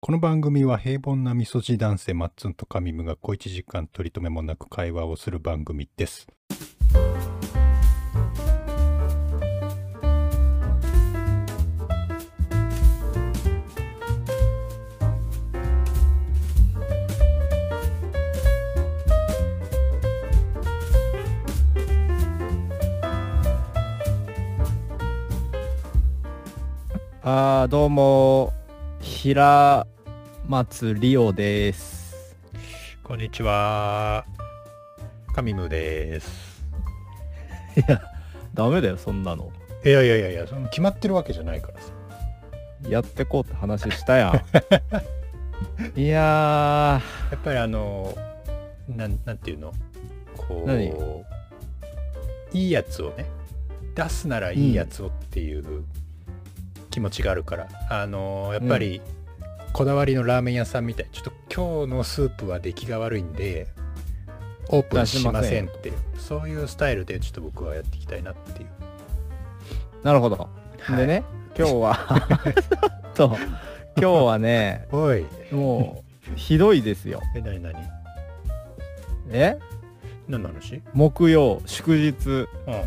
この番組は平凡なみそじ男性マッツンとカミムが小一時間取り留めもなく会話をする番組です。あーどうも平松リオですこんにちは。カミムです。いやダメだよそんなのいやいやいやいや、その決まってるわけじゃないからさ。やってこうって話したや んいややっぱりあの、なんなんていうのこ何う、いいやつをね、出すならいいやつをっていう気持ちがあるから、あの、やっぱり、こだわりのラーメン屋さんみたいにちょっと今日のスープは出来が悪いんで、オープンしませんっていう、そういうスタイルでちょっと僕はやっていきたいなっていう。ーなるほど、はいで。ね今日は ちょっと今日はねおい、もうひどいですよえ、なになにえ何の話木曜祝日うんうん。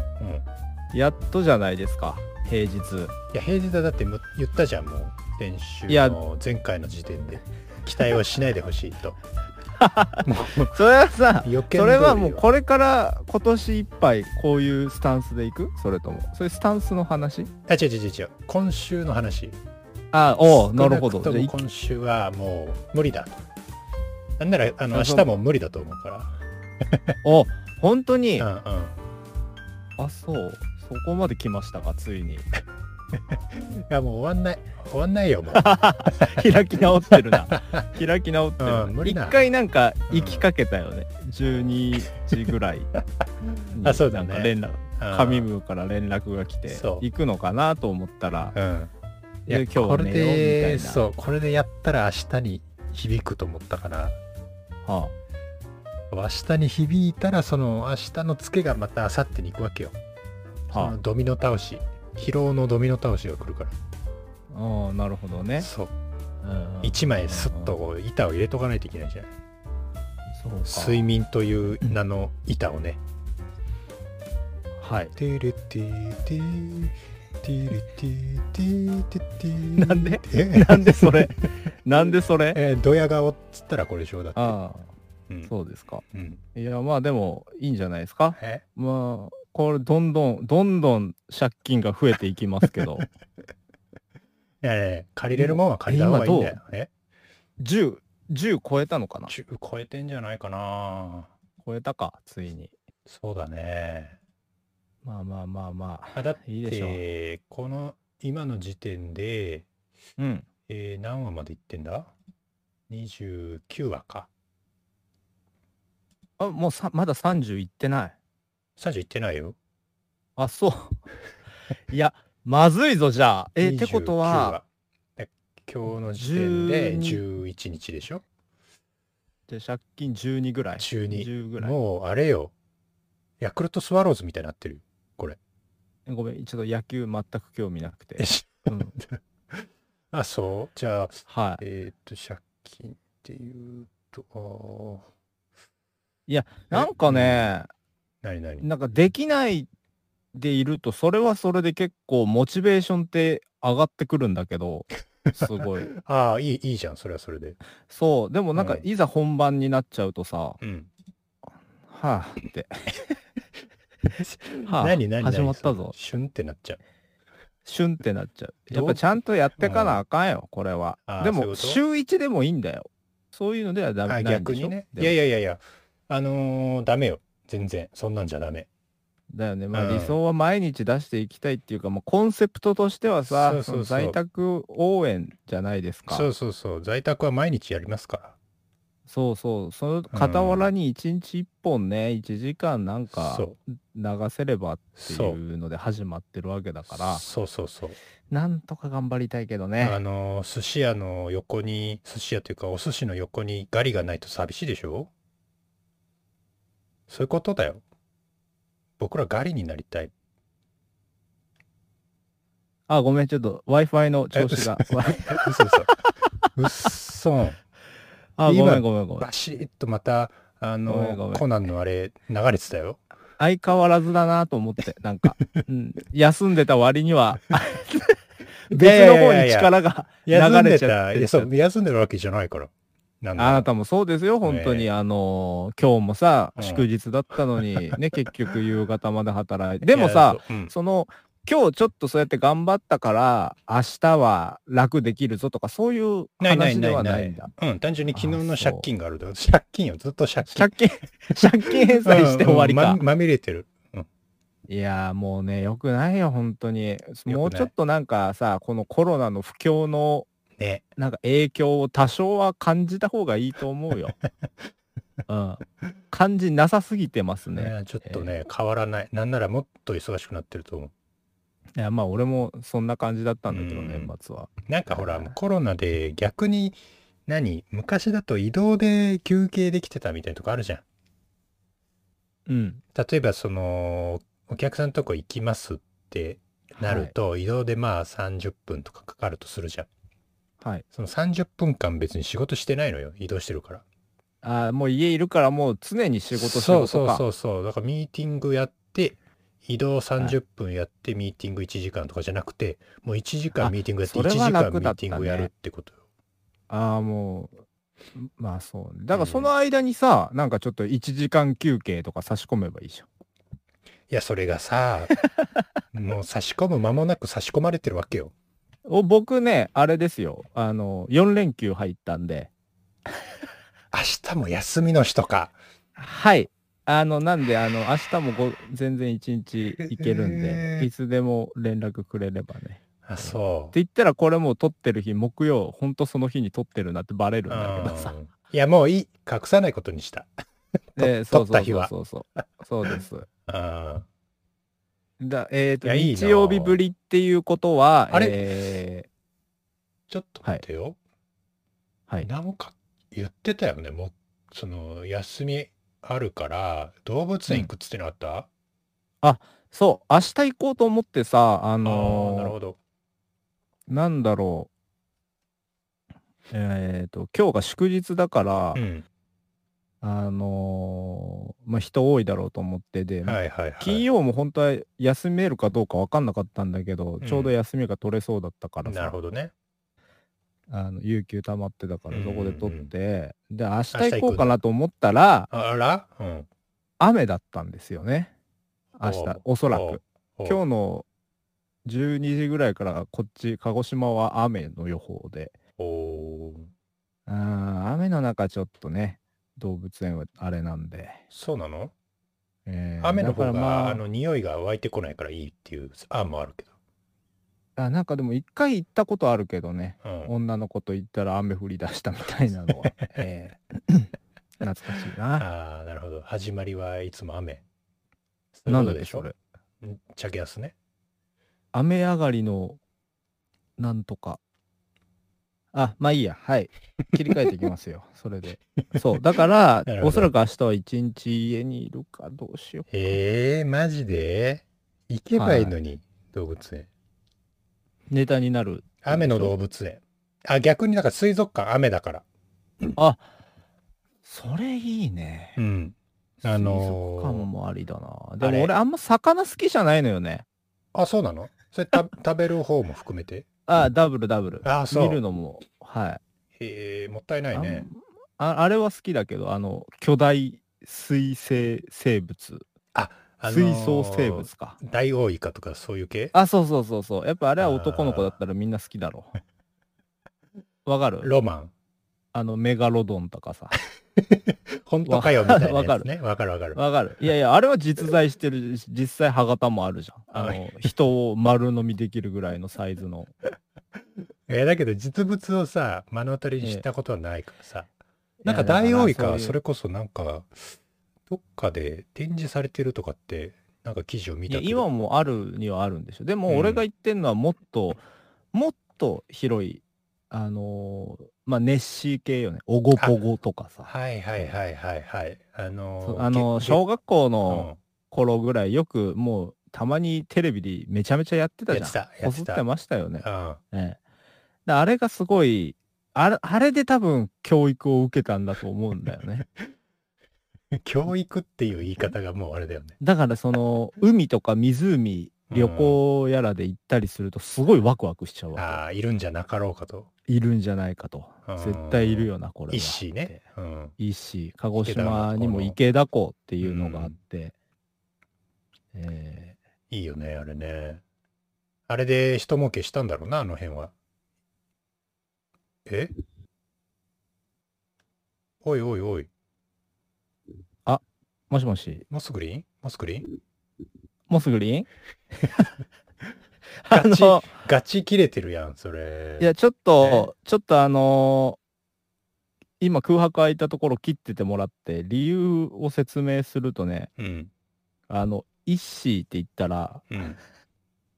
やっとじゃないですか平 日いや平日だだってむ言ったじゃんもう先週いやの前回の時点で期待をしないでほしいともうそれはさ余計それはもうこれから今年いっぱいこういうスタンスでいくそれともそういうスタンスの話あ違う違う違う違う今週の話あおう少ななるくほどともじゃあい今週はもう無理だとなんならあの明あそう日も無理だと思うかお本当に、らうんうんあそうそこまで来ましたかついに いやもう終わんない終わんないよもう開き直ってる な開き直ってるなうん無理一だ回なんかうん行きかけたよね、12時ぐ らいにあそうだねなんか連絡髪神部から連絡が来てそう行くのかなと思ったらうんいいやや今日はこれ寝ようみたいでなそうこれでやったら明日に響くと思ったからは明日に響いたらその明日のツケがまた明後日に行くわけよあ、はそのドミノ倒し疲労のドミノ倒しが来るからあ、うんなるほどね、そううんうん1枚スッとこう板を入れとかないといけないじゃないそうか睡眠という名の板をねはいテレテテテレテテテテなんでえ なんで それなんでそれえードヤ顔っつったらこれしょうだってああ、うんそうですか。うんいや、まあでも、いいんじゃないですか。えまあ、これ、どんどん、どんどん借金が増えていきま すけど、いやいやいや借りれるもんは借りた方がいいんだよえ10、10超えたのかな10超えてんじゃないかな超えたか、ついに。そうだねまあまあまあまあ。あだっいいでしょう。てこの今の時点でうん。えー、何話までいってんだ ?29 話か。あ、もうさ、まだ30いってない。 30いってないよ。あ、 そう。いや、まずいぞ、じゃあ。え、っ29てことは、話。え今日の時点で11日でしょじゃあ借金12ぐらい。 12 10ぐらい。もうあれよ。ヤクルトスワローズみたいになってるよ。ごめん、ちょっと野球全く興味なくえて。しうん、あ、そうじゃあ、はい。えーっと、借金っていうと、なんかね、あー何何なんかできないでいると、それはそれで結構モチベーションって上がってくるんだ けど、すごい。ああ、いい、いいじゃん。それはそれで。そう、でもなんかうんいざ本番になっちゃうとさ、うん。はぁって。はぁ 何何始まったぞ。シュンってなっちゃう。シュンってなっちゃう。どやうっぱちゃんとやってかなあかんよ、これはあー。でそういうも、こと週1でもいいんだよ。そういうのではダあメなん逆でしょにね。いでやもいやいやいや、あのーダメよ。全然。そんなんじゃダメ。だよね。まあうん理想は毎日出していきたいっていうか、もうコンセプトとしてはさそ、うそうそうその在宅応援じゃないですか。そうそうそう。在宅は毎日やりますから。そうそう、その傍らに1日1本ね、1時間なんかそう流せればってそういうので始まってるわけだから、そうそうそう。なんとか頑張りたいけどあね。のー、寿司屋の横に、寿司屋というか、お寿司の横にガリがないと寂しいでしょそういうことだよ。僕らガリになりたい。あ、ごめん、ちょっと Wi-Fi の調子が。嘘嘘。うっそん。 あ、でご今めんごめんごめんバ。シッとまた、あごめんごのめんコナンのあれ流れてたよ。相変わらずだなと思って、なんか、うん、休んでた割 には、別の方に力が流休んれでちゃたっいてやそう休んでるわけじゃないから。なんだあなたもそうですよ、本当えに。えあのー今日もさ、うん祝日だったのに、 ね、結局夕方まで働いて。でも、いさ、やそううんその、今日ちょっとそうやって頑張ったから、明日は楽できるぞとか、そういうないない話でなはいなないんいだ。。うん、単純に昨日のあそう借金があるだろ。借金よ、ずっと借金。借金、 借金返済して終わりうんかうん。ままみれてる。いやーもうね、よくないよ、本当に。ないもうちょっとなんかさ、このコロナの不況のね。なんか影響を多少は感じた方がいいと思 うよ。うん。感じなさすぎてますね。ねちょっとね、変わらない。なんならもっと忙しくなってると思う。いや、まあ俺もそんな感じだったんだけど、うん年末は。なんかほら、はいはいコロナで逆に、何昔だと移動で休憩できてたみたいなとこあるじゃん。うん。例えば、その、お客さんのとこ行きますってなると、移動でまあ30分とかかかるとするじゃん。はい。はい。その30分間別に仕事してないのよ。移動してるから。あーもう家いるからもう常に仕事仕事か。そうそうそうそう。だからミーティングやって、移動30分やって、ミーティング1時間とかじゃなくて、もう1時間あミーティングやって、そ1れ時は間楽ミーだったねティングやるってことよ。ああ、もう、まあそうね。だからその間にさ、なんかちょっと1時間休憩とか差し込めばいいじゃん。いや、それが さ、もう差し込む間もなく差し込まれてるわけよ。お僕ね、あれですよ。あの、4連休入ったんで。明日も休みの日とか。はい。あの、なんで、あの、明日もご全然一日行けるんで、えーいつでも連絡くれればね。あ、っそう。て言ったら、これもう撮ってる日、木曜、ほんとその日に撮ってるなってバレるんだけどさ。うんいや、もういい。隠さないことにした。とえーそ撮うっそたう日そうはそうそう。そうです。うんだえっ、いとやいいな日曜日ぶりっていうことは、あれえちょっと待ってよ。ーはい。なんか言ってたよね。もう、その、休みあるから、動物園行くっつってなかった、そう、明日行こうと思ってさ、あああ、なるのほど。ーなんだろう。えっ、と、今日が祝日だから、うん。あのーまあ、人多いだろうと思ってで、はいはいはい。金曜も本当は休めるかどうか分かんなかったんだけうど、んちょうど休みが取れそうだったからなるさ、ほどね。あの有給溜まってたからそこで取って、で、明日明日行行こくうんだかなと思ったら、ああらうん。雨だったんですよね。明日、おそらく。おう。今日日の12時ぐらいからこっち鹿児島は雨の予報でおーあー雨の中ちょっとね動物園はあれなんで、そうなのえー雨の方が、だからまああの、匂いが湧いてこないからいいっていう案もあるけど。あなんかでも一回行ったことあるけどねうん。女の子と行ったら雨降り出したみたいな のは、えー 懐かしいなああ、なるほど。始まりはいつも雨。そういうなこんとだでしょうょうんチャゲアスね。雨上がりのなんとかあまあいいや はい切り替えていきますよそれでそうだから なるほどおそらく明日は一日家にいるかどうしようええー、マジで行けばいいのに、動物園。ネタになる雨の動物園。あ、逆になんか水族館雨だから。あそれいいねうん。あのー水族館もありだなであれも俺あんま魚好きじゃないのよねあ、そうなのそれた食べる方も含めて。あダブルダブルあそう見るのもはいええもったいないね。あんああれは好きだけどあの巨大水生生物、あの水ー槽生物かダイオウイカとかそういう系あ、そうそうそうそう。やっぱあれは男の子だったらみんな好き だろう。わかるロマン。あのメガロドンと かさ。本当かよみたいなわやかつるね。わかるわかる。わかるいやいや、あれは実在してるし、実際歯型もあるじゃん。あはの、人を丸飲みできるぐらいのサイズの。いやだけど実物をさ、目の当たりにしたことはないからさ。なんかいやだからダイオウイカそうはいうそれこそなんか、どっかで展示されてるとかって、なんか記事を 見いたや、けど。今もあるにはあるんでしょ。でうんも俺が言ってんのはもっと、もっと広い、あのーまあ、ネッシー系よね。オゴポゴとかさ。はいはいはいはいはい。あそのうー、あのーげ小学校うんの頃ぐらいよくもうたまにテレビでめちゃめちゃやってたじゃん。やってたやってたこすってましたよね。うんええであれがすごいあれあれで多分教育を受けたんだと思うんだよ ね。教育っていう言い方がもうあれだよね。だからその海とか湖旅行やらで行ったりするとすごいワクワクしちゃうわああ、いるんじゃなかろうかと。け。いるんじゃないかとうん。絶対いるよなこれは。一心ね。。うん。いいし、鹿児島にも池田湖っていうのがあって、えいいよね、あれね。あれで人儲けしたんだろうな、あの辺は。えおいおいおい。ーもしもし、マスグリーンマスグリーンモスグリーンあガ チの、ガチ切れてるやん、それ。いや、ちょっと、ちょっとあのー今空白空いたところ切っててもらって、理由を説明するとね、うん。あの、イッシーって言ったら、うん。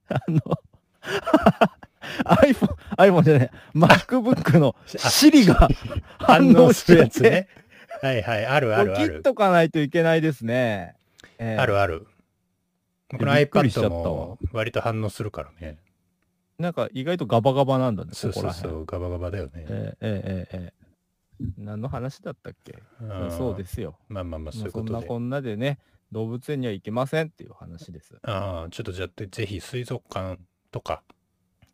あの、iPhone、iPhone じゃない、MacBook の Siri が反 反応応しするてやつね。はいはい、あるあるあ切っる。とかないといけないですね。えーあるある。えこのびっくりしちゃ iPad ったわも割と反応するからね。なんか意外とガバガバなんだね、そうそここうらそ辺。う、ガバガバだよね。えーえーえーえー何の話だったっけ、うんそうですよ。まあまあまあ、そういまあうそこんとなで。こんなでね、動物園には行けませんっていう話です。ああ、ちょっとじゃあ、ぜひ水族館とか、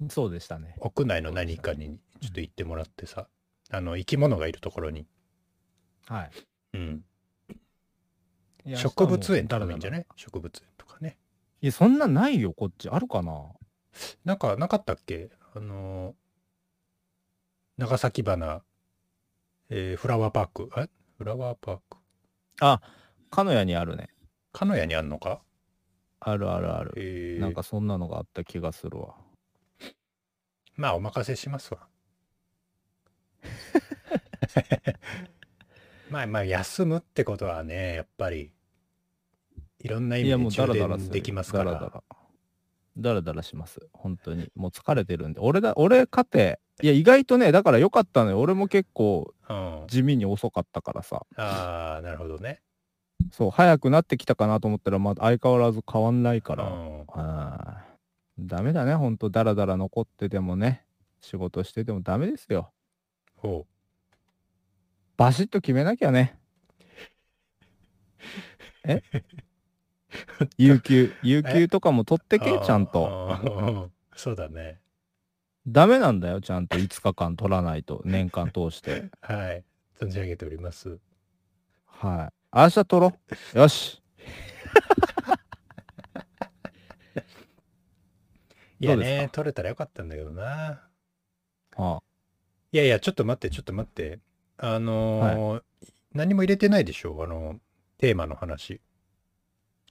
そうでしたね。屋内の何かにちょっと行ってもらってさ、あの、生き物がいるところに。はいうん。いや。植物園とかもいいんじゃないない植物園とかね。いや、そんなないよ、こっち。あるかななんか、なかったっけあのー長崎花、えーフラワーパーク。えフラワーパーク。あ、鹿屋にあるね。鹿屋にあんのかあるあるある。えーなんかそんなのがあった気がするわ。まあ、お任せします わ。まあまあ、休むってことはね、やっぱり、いろんない意や、味もでうダ充ラダラす電る。できますかダラダら。ラ。ダラダラします。本当に。もう疲れてるんで。俺だ、俺勝て。いや、意外とね、だから良かったのよ。俺も結構うん、地味に遅かったからさ。ああ、なるほどね。そう、早くなってきたかなと思ったら、まあ相変わらず変わんないかうら。ん、あーダメだね、ほんと。だらだら残っててもね、仕事しててもダメですよ。ほバシッと決めなきゃね。 え有給、有給とかも取ってうけ、ちゃんと。と。 そうだね。ダメなんだよ、ちゃんと5日間取らないと、年間通して。はい。存じ上げております。はい。明日取ろう。よし。いやどうですねか、取れたらよかったんだけどな。あいやいや、ちょっと待って、ちょっと待って。あのー何も入れてないでしょあの、テーマの話。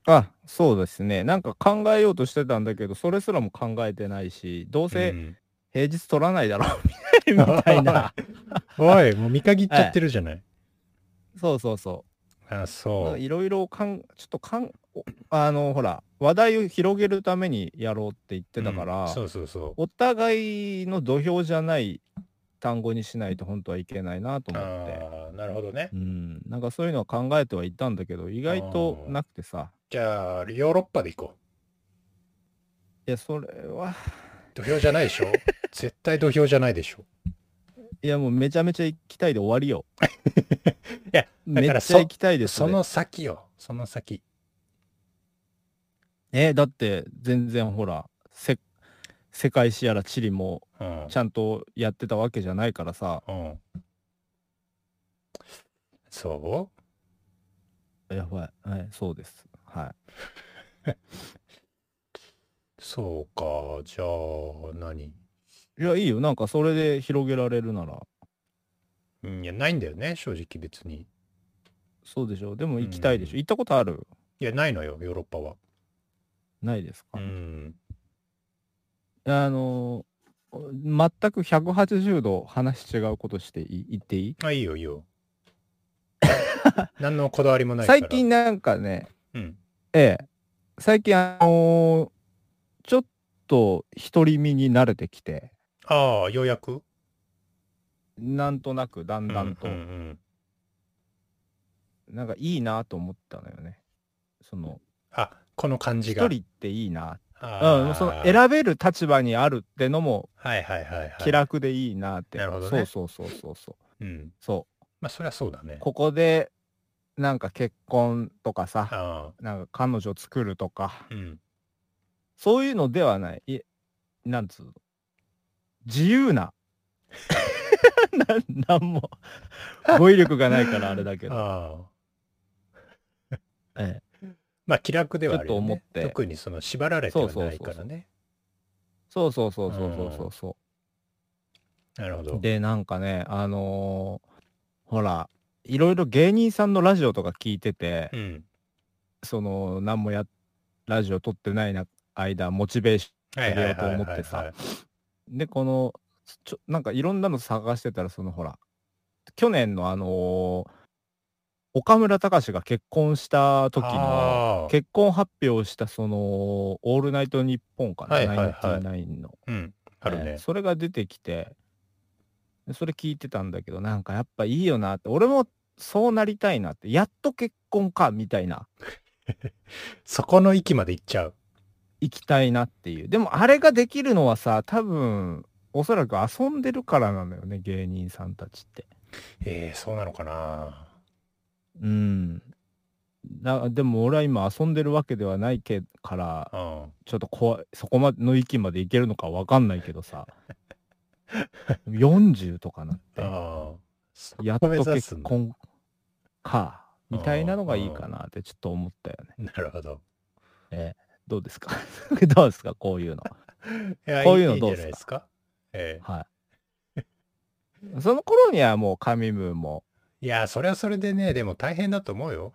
あ、そうですね。なんか考えようとしてたんだけど、それすらも考えてないし、どううせ ん平日取らないだろう、みたい な。おい、もう見限っちゃってるじゃない。そうそうそあ、う。なんそかう。いろいろかん、ちょっとかん、おあの、ほら、話題を広げるためにやろうって言ってたから、うんそうそうそう。お互いの土俵じゃない単語にしないと本当はいけないなと思って。ああ、なるほどねう。ん、なんかそういうのは考えてはいたんだけど意外となくてさじゃあ、ヨーロッパで行こいやそれはう。土俵じゃないでし ょ絶対土俵じゃないでしょ。いやもうめちゃめちゃ行きたいで終わりよ いやめっだからちそゃ行きたいですその先よ、その先。えだって全然ほらせ世界史やら地理もうん。ちゃんとやってたわけじゃないからさうん。そやばい、はい、そうですはうそうか。じゃあ、何いいやいいよなんかそれで広げられるならうんいや、ないんだよね、正直別に。そうでしょでも行きたいでしょ、うん行ったことあるいや、ないのよ、ヨーロッパは。ないですか、うん。あの全く180度話違うことしてい言っていいあ、いいよ、いいよ。 何のこだわりもないから。最近、なんかね、うん。ええ、最近あのーちょっと独り身に慣れてきて、ああ、ようやくなんとなくだんだんと、うんうんなんかいいなと思ったのよね。その、あ、この感じ一が。人っていいなっあうん、ーその選べる立場にあるってのもはいはいはいはい。気楽でいいなって、なるほどねそうそうそうそうそううん。そまあそりゃそうだねう。ここでなんか結婚とかさあなんか彼女作るとかあ。うん。そういうのではないいなんつうの自由な ななんも語彙力がないからあれだ けど、ああ。ええまあ気楽ではあるちょよ、っとね。思って特にその縛られてはそうそうなそういそうからね。そうそうそうそうそうそうそうなるほど。でなんかねあのーほらいろいろ芸人さんのラジオとか聞いてて、うん。その何もやラジオ撮ってないな間モチベーショはいはいはいはい、はい。やろうと思ってさンでこのちょなんかいろんなの探してたらそのほら去年のあのー岡村隆史が結婚した時のああ結婚発表したその「オールナイトニッポン」かな、はいはいはい99のうん。あるえねー。それが出てきてでそれ聞いてたんだけどなんかやっぱいいよなって俺もそうなりたいなってやっと結婚かみたいなそこの域まで行っちゃう。行きたいなっていうでもあれができるのはさ多分おそらく遊んでるからなのよね芸人さんたちってええそうなのかな。うんだでも俺は今遊んでるわけではないけからうん。ちょっと怖いそこまでの域までいけるのかわかんないけどさ40とかなってああ。そこやっと目指す結んだ婚か、みたいなのがいいかなってちょっと思ったよね。なるほ ど。どうですか どうですかこういうの。いやこういうのんどうじゃないでですすか。えはい。その頃にはもう神ムーンもえいや、それはそれでね、でも大変だと思うよ。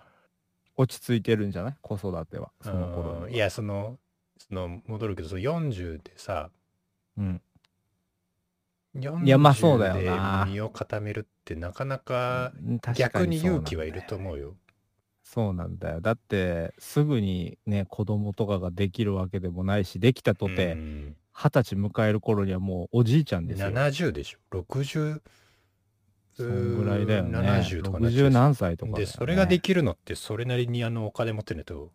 落ち着いてるんじゃない子育ては。その頃うんにいは。や、その、その、戻るけど、その40でさ、うん。 40いやまあそうだよなで身を固めるってなかなかうん確か逆にそうな勇んだよ気はいると思うよ。そうなんだよ。だってすぐにね子供とかができるわけでもないしできたとうてん二十、歳迎える頃にはもうおじいちゃんですよ。 70でしょ。60、そんぐらいだよね。 70とかなっちゃ60うし何歳とかだよで、ね、それができるのって、それなりにあのお金持ってないと、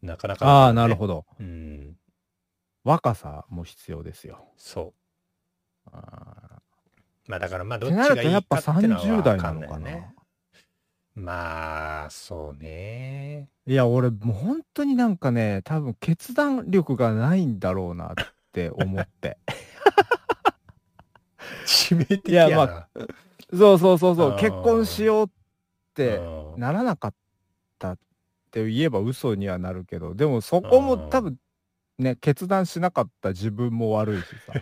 なかなか、ああ、なるほど。ど。うん、若さも必要ですよ。そあう。まあだから、まあーどっってちなるがといいやかっぱってのは30代分かなんのないかよな。ね。まあ、そうね。いや、俺もう本当になんかね、多分決断力がないんだろうなって思って。致命的いややな。まあそうそうそうそうあ、ー結婚しようっうてんならなかったって言えば嘘にはなるけど、でもそこもうん多分ね、決断しなかった自分も悪いし さ。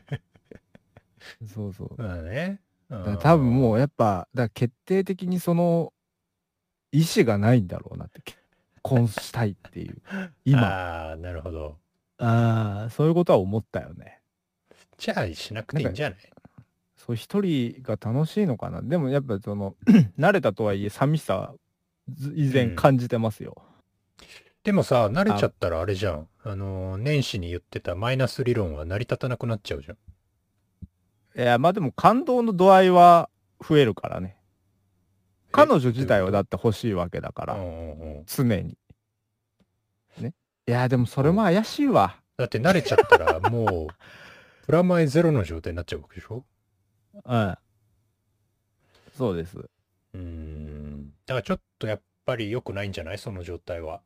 そうそう。まあね。だから多分うもうやっぱだから決定的にその意思がないんだろうなって結婚したいっていうん、今あ ああ、なるほど。あーそういうことは思ったよねじゃあ、しなくていいんじゃないそう一人が楽しいのかなでもやっぱその 慣れたとはいえ寂しさはず依う然ん感じてますよ、でもさ、慣れちゃったらあれじゃん。あのー、年始に言ってたマイナス理論は成り立たなくなっちゃうじゃん。いやまあでも感動の度合いは増えるからね彼女自体はだって欲しいわけだから、うんうんうん常にねいやでもそれも怪しいわだって慣れちゃった ら、もう、プラマイゼロの状態になっちゃうわけでしょうんそうですうーん。だからちょっとやっぱり良くないんじゃないその状態は。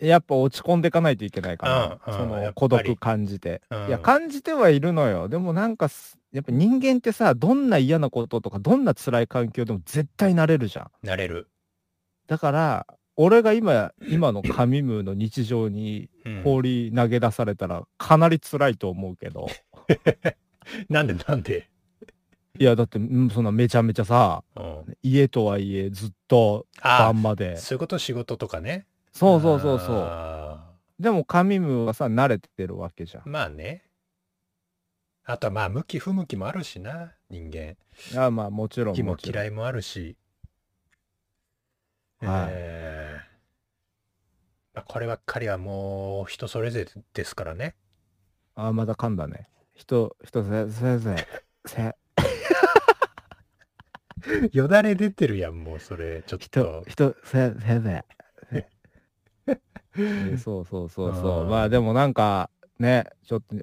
やっぱ落ち込んでいかないといけないかうら、んうんそやっぱりの孤独感じて。うんいや、感じてはいるのよ。でもなんかす、やっぱ人間ってさ、どんな嫌なこととか、どんな辛い環境でも絶対なれるじゃん。慣れる。だから、俺が今、今の神ムーの日常にうん放り投げ出されたら、かなり辛いと思うけど。なんでなんで、いや、だって、うんそんなめちゃめちゃさ、うん、家とはいえずっとあ晩まであ、。そういうこと仕事とかね。そうそうそうそう。あでも神ムーはさ、慣れてるわけじゃんー。まあね。あとはまあ、向き不向きもあるしな、人間。あまあ、もちろん。好きもちろん嫌いもあるし。はいえーまあ、こればっかりはもう人それぞれですから ね。あー、また噛んだね。人、人せ、せ、せ、せ、よだれ出てるやん、もうそれ、ちょっ人と、。人、せ、せ、せ。ねそうそうそうそうう。んまあでもなんかね、ちょっと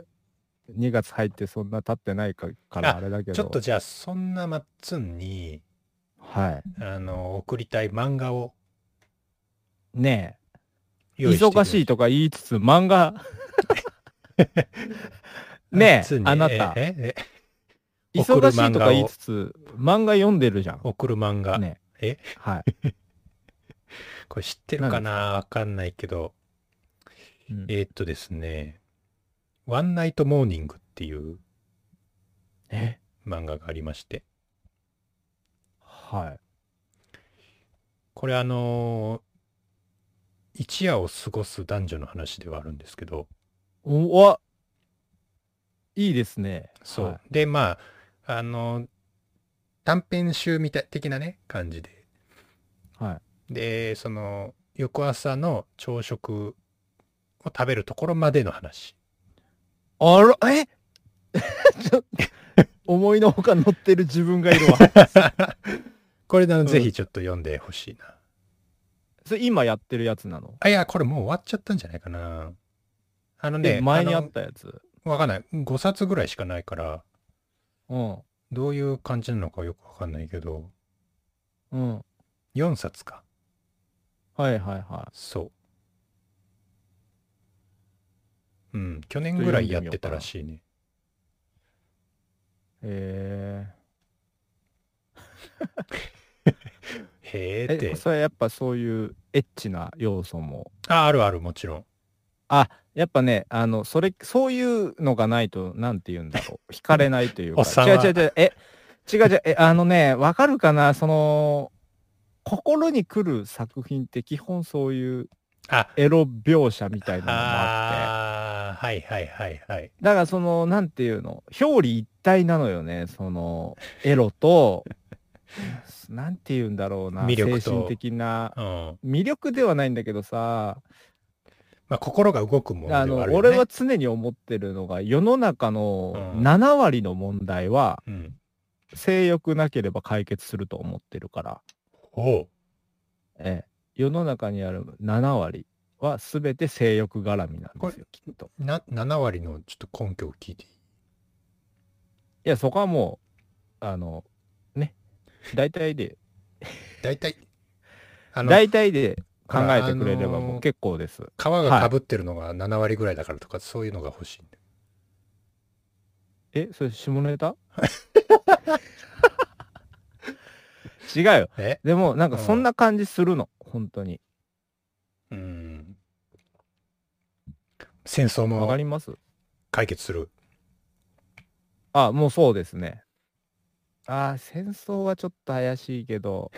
2月入ってそんな経ってないかからああれだけど。ちょっとじゃあそんなマッツンにはい。あの送りたい漫画をねえ、用意して忙しいとか言いつつ漫画。 ねえ、あなた、えええ送る忙しいとか言いつつ漫画読んでるじゃん。送る漫画、ねえはい。これ知ってるかなわかんないけどうんえーっとですね「ワンナイトモーニング」っていうえ漫画がありましてはい。これあのー一夜を過ごす男女の話ではあるんですけどおわいいですね。そう、はいでまああのー短編集みたい的なね感じではでその翌朝の朝食を食べるところまでの話 い。あら、え ちょ思いのほか乗ってる自分が いるわ。これあの、んぜひちょっと読んでほしいなそれ今やってるやつなのあいやこれもう終わっちゃったんじゃないかなあのねで前にああったやつ。のわかんない5冊ぐらいしかないからうん。どういう感じなのかよくわかんないけどうん。 4冊かはいはいはそううん去年ぐらいやってたらしいねい。へへえーってえ、それやっぱそういうエッチな要素も。ああるあるもちろんあ、やっぱね、あの、それ、そういうのがないと、なんて言うんだろう。惹かれないという か。おっさん違はう違う違う。え、違う違う。え、あのね、わかるかなその、心に来る作品って基本そういうあエロ描写みたいなのもあって。あーはいはいはいはいだからその、なんていうの、表裏一体なのよね。その、エ ロと、なんて言うんだろうな、魅力と精神的な。うん魅力ではないんだけどさ、まあ、心が動くものあでのはあるよね。俺は常に思ってるのが世の中のうん7割の問題はうん。性欲なければ解決すると思ってるから、おうええ、世の中にある7割は全て性欲絡みなんですよきっと。な7割のちょっと根拠を聞いていいいやそこはもうあのね大体で大体、あの、皮大体で考えてくれればあのもーう結構です。が被ってるのが7割ぐらいだからとか、そういうのが欲しいんだよえそれ下 ネタ違うよ。えでもなんかそんな感じするの、本当に。うん。戦争わかもります解決する。あもうそうですね。あー戦争はちょっと怪しいけど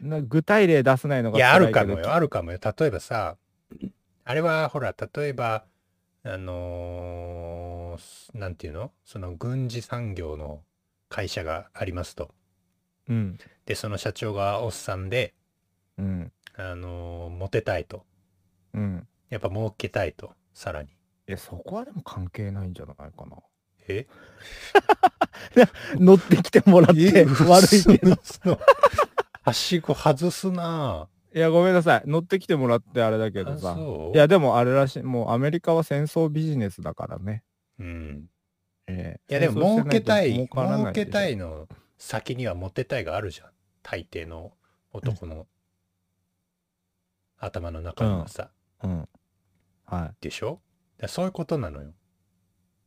な具体例出せないのがいや、あ辛るけどかもよ、あるかもよ。例えばさ、あれはほら、例えば、あのーすなんていうのその軍事産業の会社がありますと。うんで、その社長がおっさんで、うんあのーモテたいと。うんやっぱ儲けたいと、さらに。えそこはでも関係ないんじゃないかなえ乗ってきてもらって悪いけどど。はしご外すないやごめんなさい乗ってきてもらってあれだけぁ。どさそういいや、やでもあれらしいもうアメリカは戦争ビジネスだからね、うん。ええいや、でも儲けたい、戦争してなと儲からな儲でしけょたいの先にはモテたいがあるじゃん。大抵の男の頭の中にはさ。うんはいでしょだからそういうことなのよ。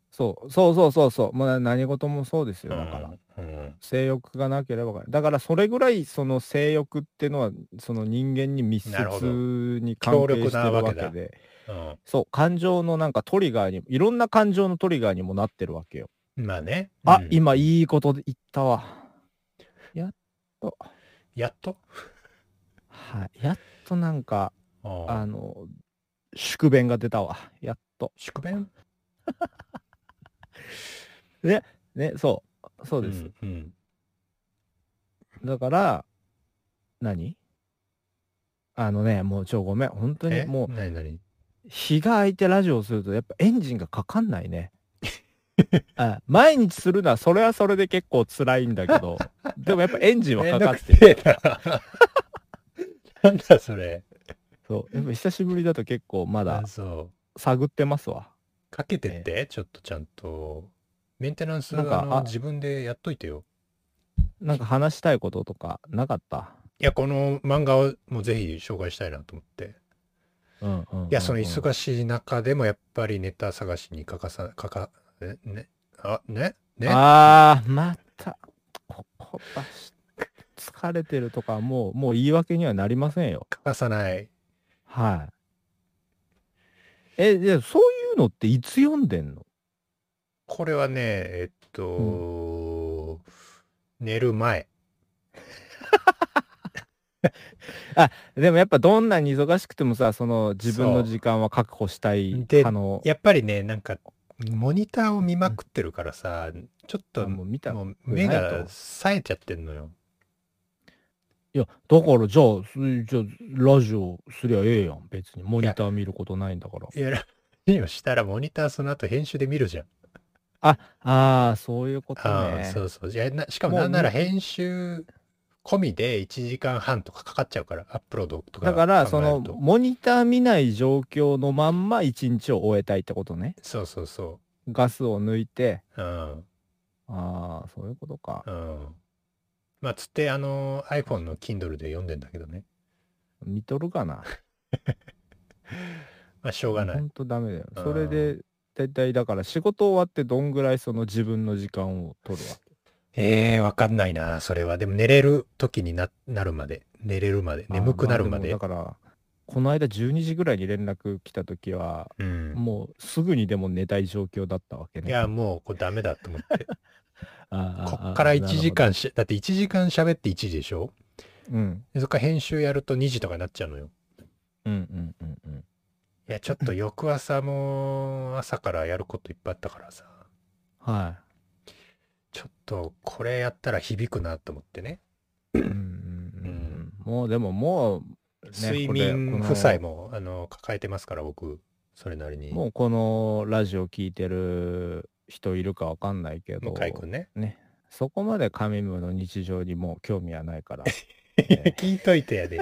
そうそうそうそうそう、まあ、何事もそうですよだから、うん。うん性欲がなければだからそれぐらいその性欲ってのはその人間に密なるほど接に関係して強る力なわわけけだでうんそう感情のなんかトリガーにいろんな感情のトリガーにもなってるわけよ、まあね。あうん今いいことで言ったわやっとやっとはいやっとなんかああの宿便が出たわやっと宿便ねそうそうです、。うんうんだから何あのねもう超ごめん本当にえもう何何日が空いてラジオをするとやっぱエンジンがかかんな いね。あ毎日するのはそれはそれで結構辛いんだ けどでもやっぱエンジンはめんか どかくってるせえな。なんだそれ。そう。やっぱ久しぶりだと結構まだあそう探ってますわ。かけてって、ちょっとちゃんとメンテナンスなんかあのあ自分でやっといてよなんか話したいこととかなかったいやこの漫画をもうぜひ紹介したいなと思ってうんうんうんうん。いやその忙しい中でもやっぱりネタ探しに欠かさ欠かえねあねねああ、また、ここだし、疲れてるとか、もう、もう言い訳にはなりませんよ。欠かさないはい。え、じゃあそういうのっていつ読んでんのこれはねえっと、寝る前でもやっぱどんなに忙しくてもさ、その自分そのう時間は確保したいで派の、やっぱりねなんかモニターを見まくってるからさ、ちょっとあもう見た。いもう目ないがと冴えちゃってんのよや、だからじゃあ、すじゃあ、ラジオすりゃええやん、別に。モニター見ることないんだから。いや、ラジオしたらモニターその後編集で見るじゃん。あ、ああ、そういうことああ、ね。そうそう。いやなしかももうなんなら編集込みで1時間半とかかかっちゃうから、アップロードとかだ考えかると。ら、その、モニター見ない状況のまんま一日を終えたいってことね。そうそうそガスを抜いて、う。うん。ああ、そういうことか。うん。まあ、つって、あの、iPhone の Kindle で読んでんだけどね。見とるかな。まあ、しょうがなほい。んとダメだよ。うんそれで、大体だから仕事終わってどんぐらいその自分の時間を取るわけ。ええわかんないな、それは。でも寝れる時にななるまで、寝れるまで、 眠くなるまで。あーあもだから、この間12時ぐらいに連絡来た時は、うん。もうすぐにでも寝たい状況だったわけね。いや、もう、これダメだと思 って。あー、ここっから1時。間し、だって1時間喋って1時でしょうん。でそっから編集やると2時とかになっちゃうのよ。うんうんうんうん。いや、ちょっと翌朝も朝からやることいっぱいあったからさ、はちょっとこれやったら響くなと思ってね。い。うんうんうん。もうでももう、ね睡これこ眠の負債も、あの、抱えてますから、僕、それなりに。もうこのラジオ聞いてる人いるかわかんないけど、向井くんね。ね、そこまで神ムの日常にもう興味は ないから、 ね聞いといて やで。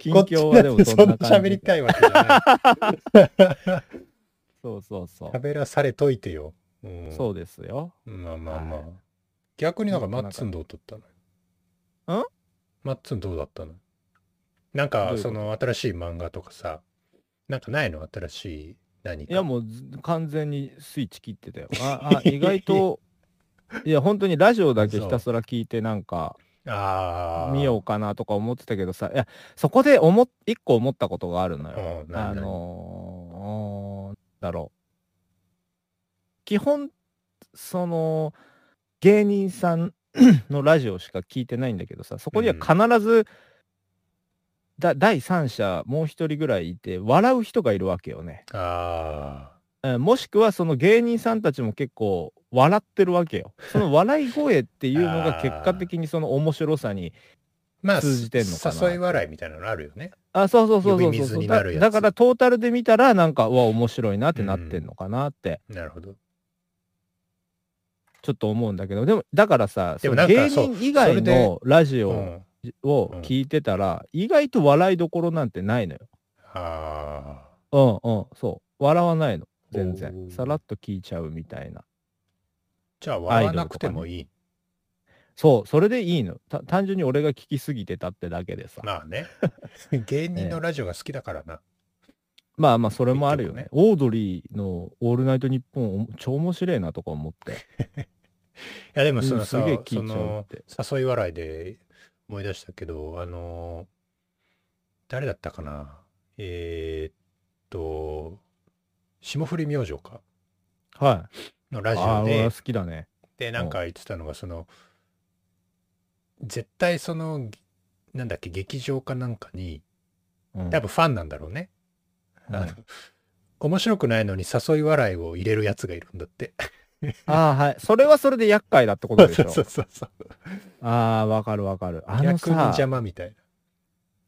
近況はでもそんなこっちだってそん感な喋りじ。たいわけじゃ ない。そうそうそう。喋らされといてよ。うん、そうですよ。う。まあまあまあ。はい逆になんかマッツンどう取ったのんマッツンどうだったのなんかどういうこそとの新しい漫画とかさ、なんかないの新しい何か。いやもうず完全にスイッチ切ってた よ。ああ意外と、いや本当にラジオだけひたすら聞いてなんかああ。見ようかなとか思ってたけどさ、いやそこで思っ一個思ったことがあるのよ。うん。なあんののー、だろう。基本、その、芸人さん のラジオしか聞いてないんだけどさ、そこには必ず、だ第三者もう一人ぐらいいて、笑う人がいるわけよね。ああ。うんもしくはその芸人さんたちも結構笑ってるわけよ。その笑い声っていう のあがー結果的にその面白さにまあ、通じてんのかな誘い笑いみたいなのあるよね。あ、そうそうそうそ呼うびそう水になだ。るやつだからトータルで見たらなんか、うわ、面白いなってなってんのかなって、なるほど。ちょっと思うんだけど、でも、だからさ、でもそなのん芸かそう人以外のラジうオん。を聞いてたら、意外と笑いどころなんてないのよ。あうんうん、そう。笑わないの。全お然。ーさらっと聞いちゃうみたいな。ーじゃあ、笑わなくてもいい。そう、それでいいの。た単純に俺が聞きすぎてたってだけでさ。まあ ね。芸人のラジオが好きだからな。まあまあ、それもあるよ結ね。オードリーのオールナイトニッポン、超面白いなとか思って。いやでもそうんのすさ、げえ聞そいちゃうっのて誘い笑いで思い出したけど、あのー誰だったかなえーっと、霜降り明星かはい。のラジああ、オ俺では、好きだね。で、なんか言ってたのが、その、絶対その、なんだっけ、劇場かなんかに、うん多分ファンなんだろうね。うんあの面白くないのに誘い笑いを入れるやつがいるんだって。ああ、はい。それはそれで厄介だってことでし そうょ。そうそう。ああ、わかるわかる。あの逆にさ、邪魔みたいな。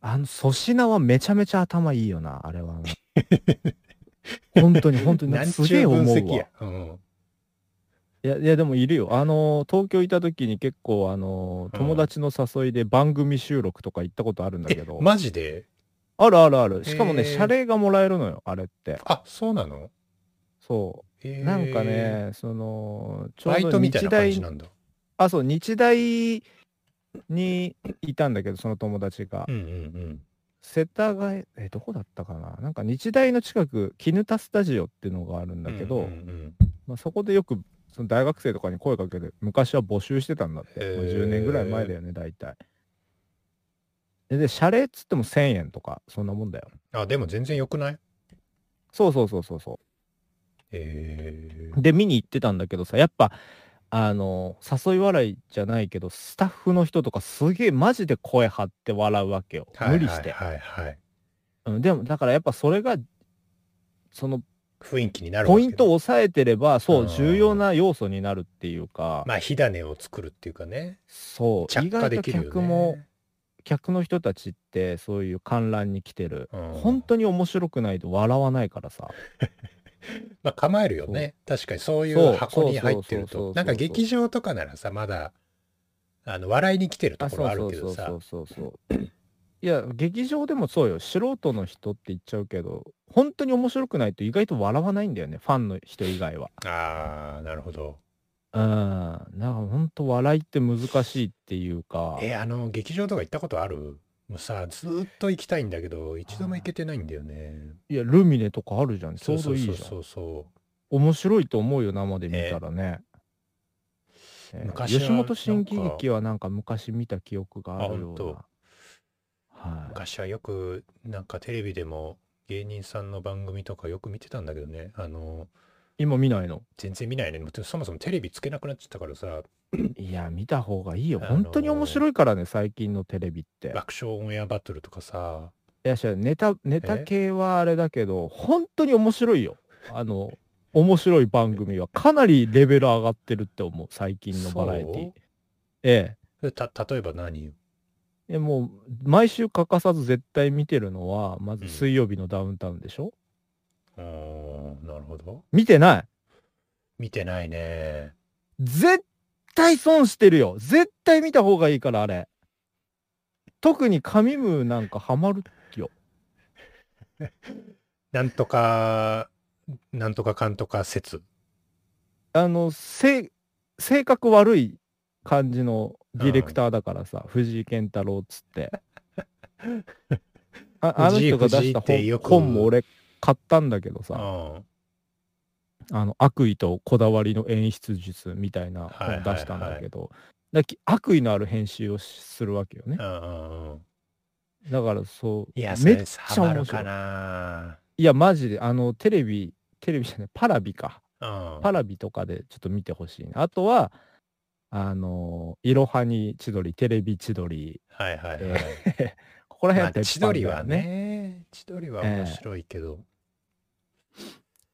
あの粗品はめちゃめちゃ頭いいよな、あれはな。本当に本当に、なんすち ゅげえう思分う析わや。。うんいやいやでもいるよあのー東京いた時に結構あのーうん友達の誘いで番組収録とか行ったことあるんだけえど、マジであるあるあるしかもねへー謝礼がもらえるのよあれってあそうなのそえーうなんかねそのちょバうイどトみたい日な感じ大なんだあそう日大にいたんだけどその友達が、うんうん世田谷えどこだったかななんか日大の近く絹田スタジオっていうのがあるんうんだけど、うんうんうんまあ、そこでよくその大学生とかに声かけて昔は募集してたんだって、へーもう10年ぐらい前だよね大体でで謝礼っつっても1000円とかそんなもんだよあでも全然良くないそうそうそうそうそえうで見に行ってたんだけどさやっぱあの誘い笑いじゃないけどスタッフの人とかすげえマジで声張って笑うわけよ、ー無理して、はいはいはいはいうん、でもだからやっぱそれがその雰囲気になるわポけイねントを抑えてればそううん重要な要素になるっていうか、まあ火種を作るっていうかねそう着意火外でときるよね客も客の人たちってそういう観覧に来てる、うん本当に面白くないと笑わないからさまあ構えるよね確かにそういそうう箱に入ってるそうそうそうそうそとうなんか劇場とかならさまだあの笑いに来てるところあるけどそさうそうそうそういや劇場でもそうよ素人の人って言っちゃうけど本当に面白くないと意外と笑わないんだよねファンの人以外はああなるほどうんなんか本当笑いって難しいっていうかえあの劇場とか行ったことあるもうさずーっと行きたいんだけど一度も行けてないんだよねいやルミネとかあるじゃんちそょうそどいいじゃんそうそう面白いと思うよ生で見たらね、えー昔は吉本新喜なん劇はなんか昔見た記憶があるようなあはい昔はよくなんかテレビでも芸人さんの番組とかよく見てたんだけどねあの今見ないの全然見ないねもうそもそもテレビつけなくなっちゃったからさいや見た方がいいよあのー本当に面白いからね最近のテレビって爆笑オンエアバトルとかさいやしゃネタネタえ系はあれだけど本当に面白いよあの面白い番組はかなりレベル上がってるって思う最近のバラエティそうえた例えば何よええもう毎週欠かさず絶対見てるのはまず水曜日のダウンタウンでしょ、うーんなるほど見てない見てないね絶対損してるよ絶対見た方がいいからあれ特に神ムーなんかハマるなんとかなんとかかんとか説あのせ性格悪い感じのディレクターだからさ、藤井健太郎っつってああの藤井人が出藤し井たって本よく本も俺買ったんだけどうさんあの悪意とこだわりの演出術みたいな本を出したんだけど、だき悪意のある編集をしするわけよねうんうんうんだからそういやそめっれちハゃマ面る白かいないや、マジで、あの、テレビ、テレビじゃない、パラビか。うんパラビとかでちょっと見てほしいな。あとは、あの、いろはに千鳥、テレビ千鳥、はいはいはい、えーここらま辺あって、千鳥は。ね千鳥は面白いけど、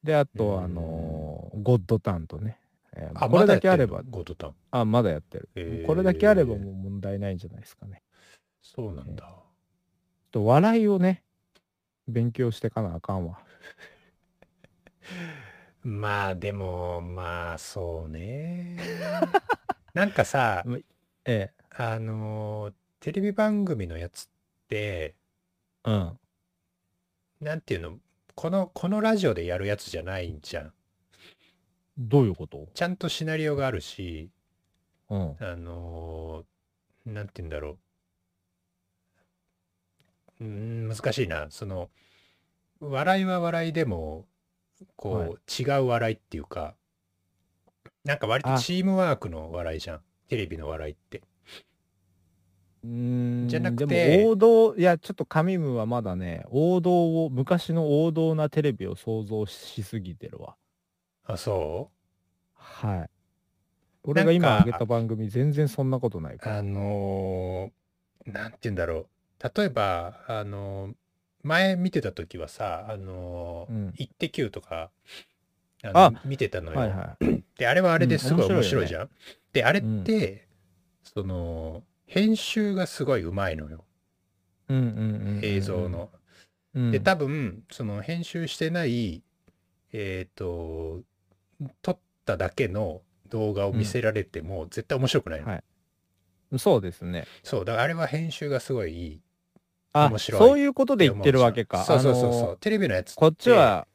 で、あと、あの、ゴッドタンとね。えーこれだけあれば、ゴトタン、あ、まだやってる。へーこれだけあればもう問題ないんじゃないですかね。そうなんだ、ちょっと笑いをね、勉強してかなあかんわ。まあでもまあそう ねなんかさえあのーテレビ番組のやつってえうん。なんていうのこのこのラジオでやるやつじゃないんじゃんどういうことちゃんとシナリオがあるしうん。あのーなんて言うんだろううーん難しいなその笑いは笑いでもこう、違う笑いっていうかなんか割とあチームワークの笑いじゃんテレビの笑いってうーんじゃなくてでも王道いやちょっと神ムはまだね王道を昔の王道なテレビを想像しすぎてるわあそはい俺が今上げた番組全然そんなことないうからあのーなんて言うんだろう例えばあのー前見てた時はさ「あのーうんイッテ Q!」とかあのあ見てたのよ、はいはいであれはあれですごいうん面面白白いよねいじゃん。であれって、その編集がすごいうまいのようんうんうんうん映像の。うんで多分その編集してないえっ、と撮っただけの動画を見せられても絶対面白くないの、はいそうですね。そうだからあれは編集がすごいいいあ面白いそういうことで言ってるわけか。そうそうそうそう、あのテレビのやつってこっちは、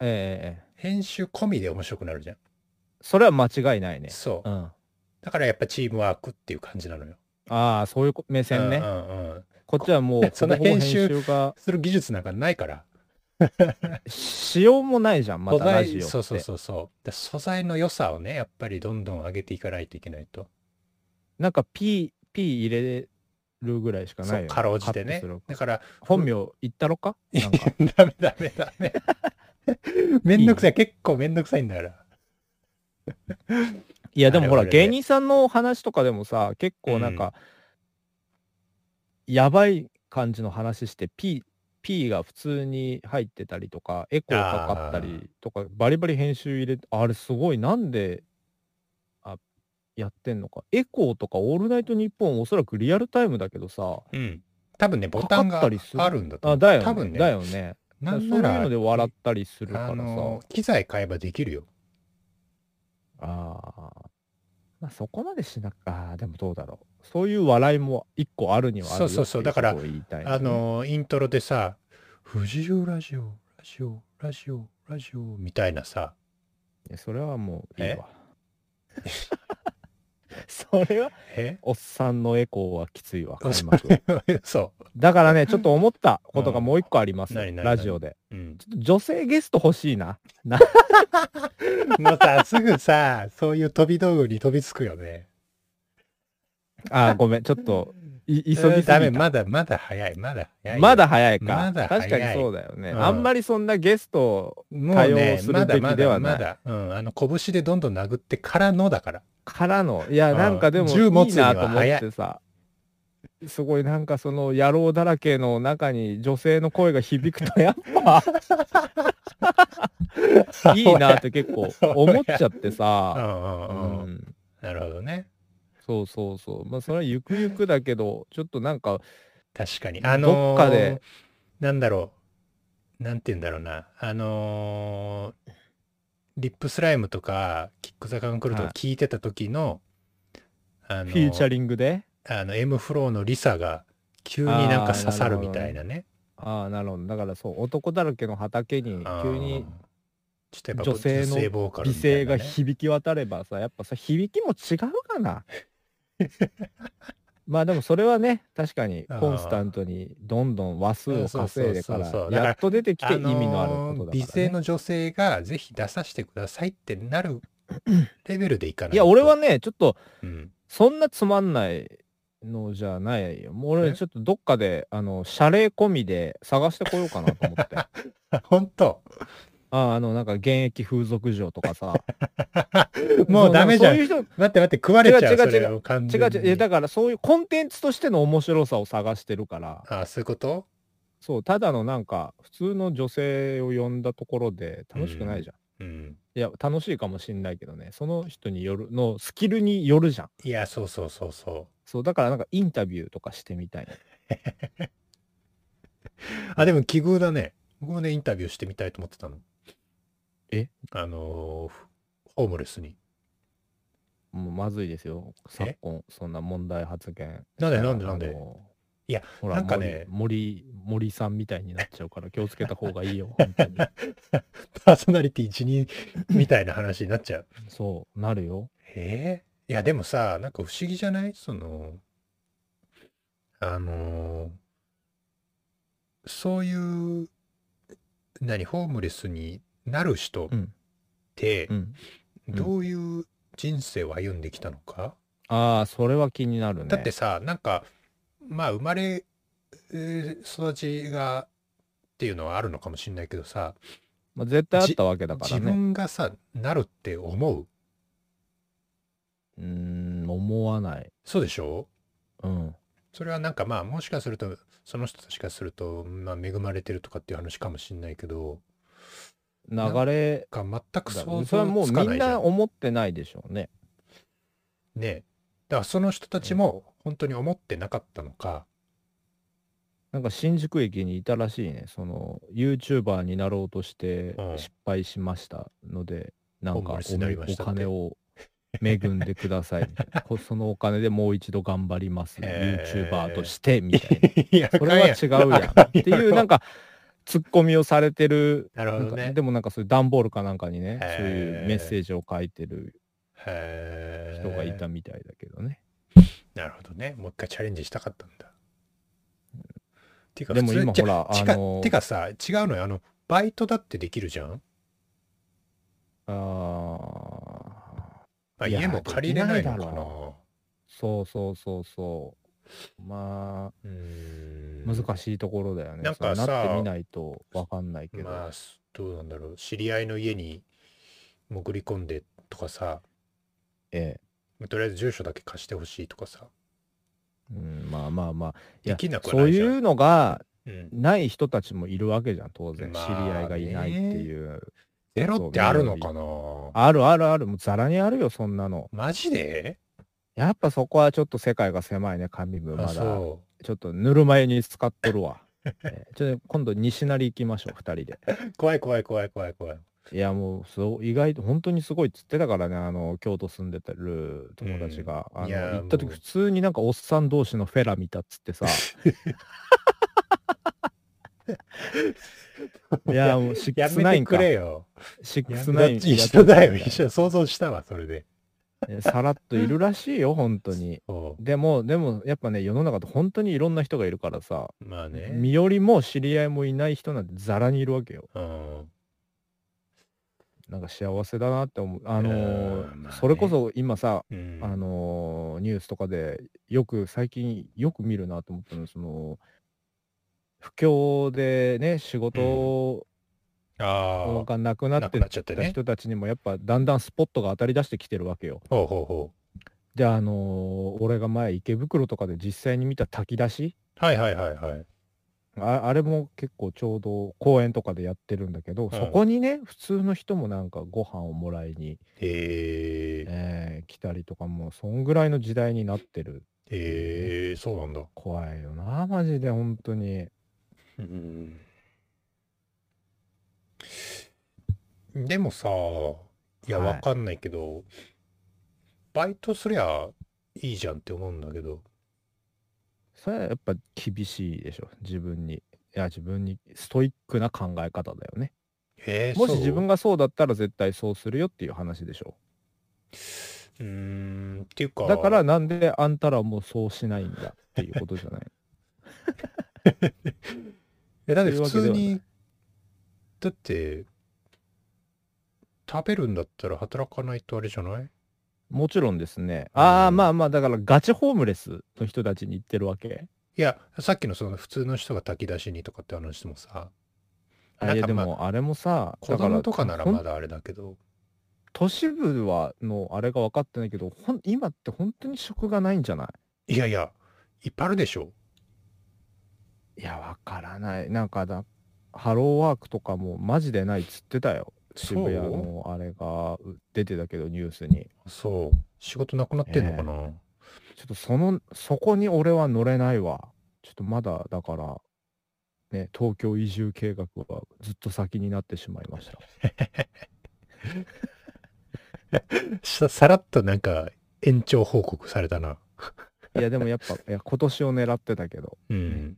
ええ編集込みで面白くなるじゃんそれは間違いないね。そううん。あだからやっぱチームワークっていう感じなのよあ、そういうこ目線ね。うんうんうんこっちはもう、 そのほぼほぼ編集が、する技術なんかないからしようもないじゃん、ま素た材ラジオって。そうそうそうそうだ素材の良さをねやっぱりどんどん上げていかないといけないとなんか P、P 入れるぐらいしかないそよ、うかろうじてねカットすだるから本名言ったろかなんかダメダメダメめんどくさい結構めんどくさいんだから いやでもほあれはらあれで芸人さんの話とかでもさ結構なんか、やばい感じの話して P, P が普通に入ってたりとかエコーかかったりとかバリバリ編集入れてあれすごいなんであやってんのかエコーとか「オールナイトニッポン」おそらくリアルタイムだけどさうん多分ねボタンがかかったりするあるんだと思あうだよね多分ねだよねなそんういうならので笑ったりするからあさの機材買えばできるよああ。まあそこまでしなく、ああ、でもどうだろう。そういう笑いも一個あるにはあるよそうそうそうってだいからことを言いたいねあ、のイントロでさ「藤井ラジオラジオラジオラジオ」みたいなさいやそれはもういいえわ。 それは、えおっさんのエコーはきついわ。開幕 そだからね、ちょっと思ったことがもう一個ありまうす。ん何何ラジオで。う、うん、ちょっと女性ゲスト欲しいな。もうさすぐさそういう飛び道具に飛びつくよねあ あ、ごめん、ちょっと、い急ぎすえぎーたダメまだまだ早いまだ早いよまだ早いか。まだ早い確かにそうだよね。うんあんまりそんなゲストもう対応ねするまだべまきでだはなまいだ、うん、あの拳でどんどん殴ってからのだからからの、いや、うんなんかでも、い銃持ついにはなと思ってさ、すごいなんかその野郎だらけの中に女性の声が響くと、やっ ぱいいなって結構思っちゃってうさ、んうんううん、ん、なるほどねそうそうそう、まあそれはゆくゆくだけど、ちょっとなんか、確かにあのーどっかでなんだろうなんて言うんだろうなあのーリップスライムとかキック・ザ・カンクルーとはか聞いいてた時の、あフのィーチャリングで、あの M フローのリサが急になんか刺さるみたいなねああ、なるほど、だからそう、男だらけの畑にあー急にちょっとやっぱ女性女性のボーカル美みたい声ながね響き渡ればさやっぱさ響きも違うかな まあでもそれはね確かにあーコンスタントにどんどん話数を稼いでかそうそうそうそうだかららやっと出てきて意味のあることだから、ね美声の女性がぜひ出させてくださいってな るレベルでいかないといや俺は、ねちょっとうん そんなつまんないのじゃないよもうえ俺ちょっとどっかであの謝礼込みで探してこようかなと思 ってあ本当 ーあのなんか現役風俗嬢とかさもうダメじゃんそ待ういう人って待って食われちゃう違う違うそれは完違全うに違ういやだからそういうコンテンツとしての面白さを探してるからあそういうことそうただのなんか普通の女性を呼んだところで楽しくないじゃうん、んいや楽しいかもしんないけどねその人によるのスキルによるじゃんいやそうそうそうそそうだからなんかインタビューとかしてみたいなうあでも奇遇だね僕もねインタビューしてみたいと思ってたのえあのーホームレスにもうまずいですよ昨今そんな問題発言なんでなんであのなんでいやほらなんかね森森森さんみたいになっちゃうから気をつけた方がいいよ本 当にパーソナリティ一人みたいな話になっ ちゃうそうなるよええいやでもさなんか不思議じゃないそのあのーそういう何ホームレスになる人っうんてうんうんどういう人生を歩んできたのか、ああそれは気になるねだってさなんかまあ生まれ、えー育ちがっていうのはあるのかもしれないけどさ、まあ、絶対あったわけだから自ね分がさなるって思ううーん思わないそうでしょうんそれはなんかまあもしかするとその人たちからすると、まあ、恵まれてるとかっていう話かもしれないけど流れが全くだ想それはも像つうかなみんいじゃなん思ってないでしょうね。ねだからその人たちも本当に思ってなかったのか、なんか新宿駅にいたらしいね。その YouTuber になろうとしてうん失敗しましたので、なんホームかレスになりましおたって金を恵んでくださいみたい なこそのお金でもう一度頑張ります、へー YouTuber としてみたいな いやそれは違うやんあかんっていうなんかツッコミをされてるなるほなんどかねでもなんかそういう段ボールかなんかにねへーそういうメッセージを書いてるへー人がいたみたいだけどね、なるほどねもう一回チャレンジしたかったんだていうかでも普通今じほゃらちあかのてかさ違うのよあのバイトだってできるじゃん、あーまあ、いや家も借りれないのかなできないだそうそうそうそうまあうーん難しいところだよねなんかそうなっさてみないとわかんないけど、まあすどうなんだろう知り合いの家に潜り込んでとかさええとりあえず住所だけ貸してほしいとかさうん、まあまあまあいやできなくはそなういいじゃんうのがうんない人たちもいるわけじゃん当然、まあ知り合いがいないっていうゼロってあるのかななあるあるあるもうざらにあるよそんなのマジでやっぱそこはちょっと世界が狭いね神部まあだちょそっとぬるま湯に使っとるわ、 ええちょっと今度西成行きましょう2人でう怖い怖い怖い怖い怖いいやもうそう意外と本当にすごいっつってたからねあの京都住んでたる友達が、うんあのいやー行った時もう普通になんかおっさん同士のフェラ見たっ つってさいやーもやめうて69くかれよやめ69だ一緒だよやって一緒想像したわそれでたねさらっといるらしいよ本当 にそうでもでもやっぱね世の中って本当にいろんな人がいるからさ、まあね身寄りも知り合いもいない人なんてざらにいるわけようんなんか幸せだなって思うあのーうんまあねそれこそ今さうんあのーニュースとかでよく最近よく見るなと思ったのはその不況でね仕事ああがなくなってなくなっちゃってねた人たちにもやっぱだんだんスポットが当たり出してきてるわけよ。ほうほうほであのー俺が前池袋とかで実際に見た炊き出しうはいはいはいはいああれも結構ちょうど公園とかでやってるんだけど、んそこにね普通の人もなんかご飯をもらいに、へええー来たりとかもうそんぐらいの時代になってるへえそうなんだ怖いよなマジで本当に。うんでもさ、いや、はいわかんないけど、バイトすりゃいいじゃんって思うんだけど、それはやっぱ厳しいでしょ自分にいや自分にストイックな考え方だよねえーもそしう自分がそうだったら絶対そうするよっていう話でしょうーん、っていうか、だから、なんであんたらもうそうしないんだっていうこと じゃないえだってそうい普うわけで通はないに、だって、食べるんだったら働かないとあれじゃないもちろんですねああ、うんまあまあだからガチホームレスの人たちに言ってるわけいや、さっきのその普通の人が炊き出しにとかって話もさ、あいなんやかでまあもあれもさ子供とかならまだからほんだあれだけど、都市部はのあれが分かってないけどほん今って本当に職がないんじゃないいやいや、いっぱいあるでしょ。いやわからないなんかだハローワークとかもマジでないっつってたよ渋谷そうのあれがう出てたけどニュースにそう。仕事なくなってんのかな、ちょっとそのそこに俺は乗れないわちょっとまだだからね東京移住計画はずっと先になってしま いましたささらっとなんか延長報告されたな。いやでもやっぱいや今年を狙ってたけどうん。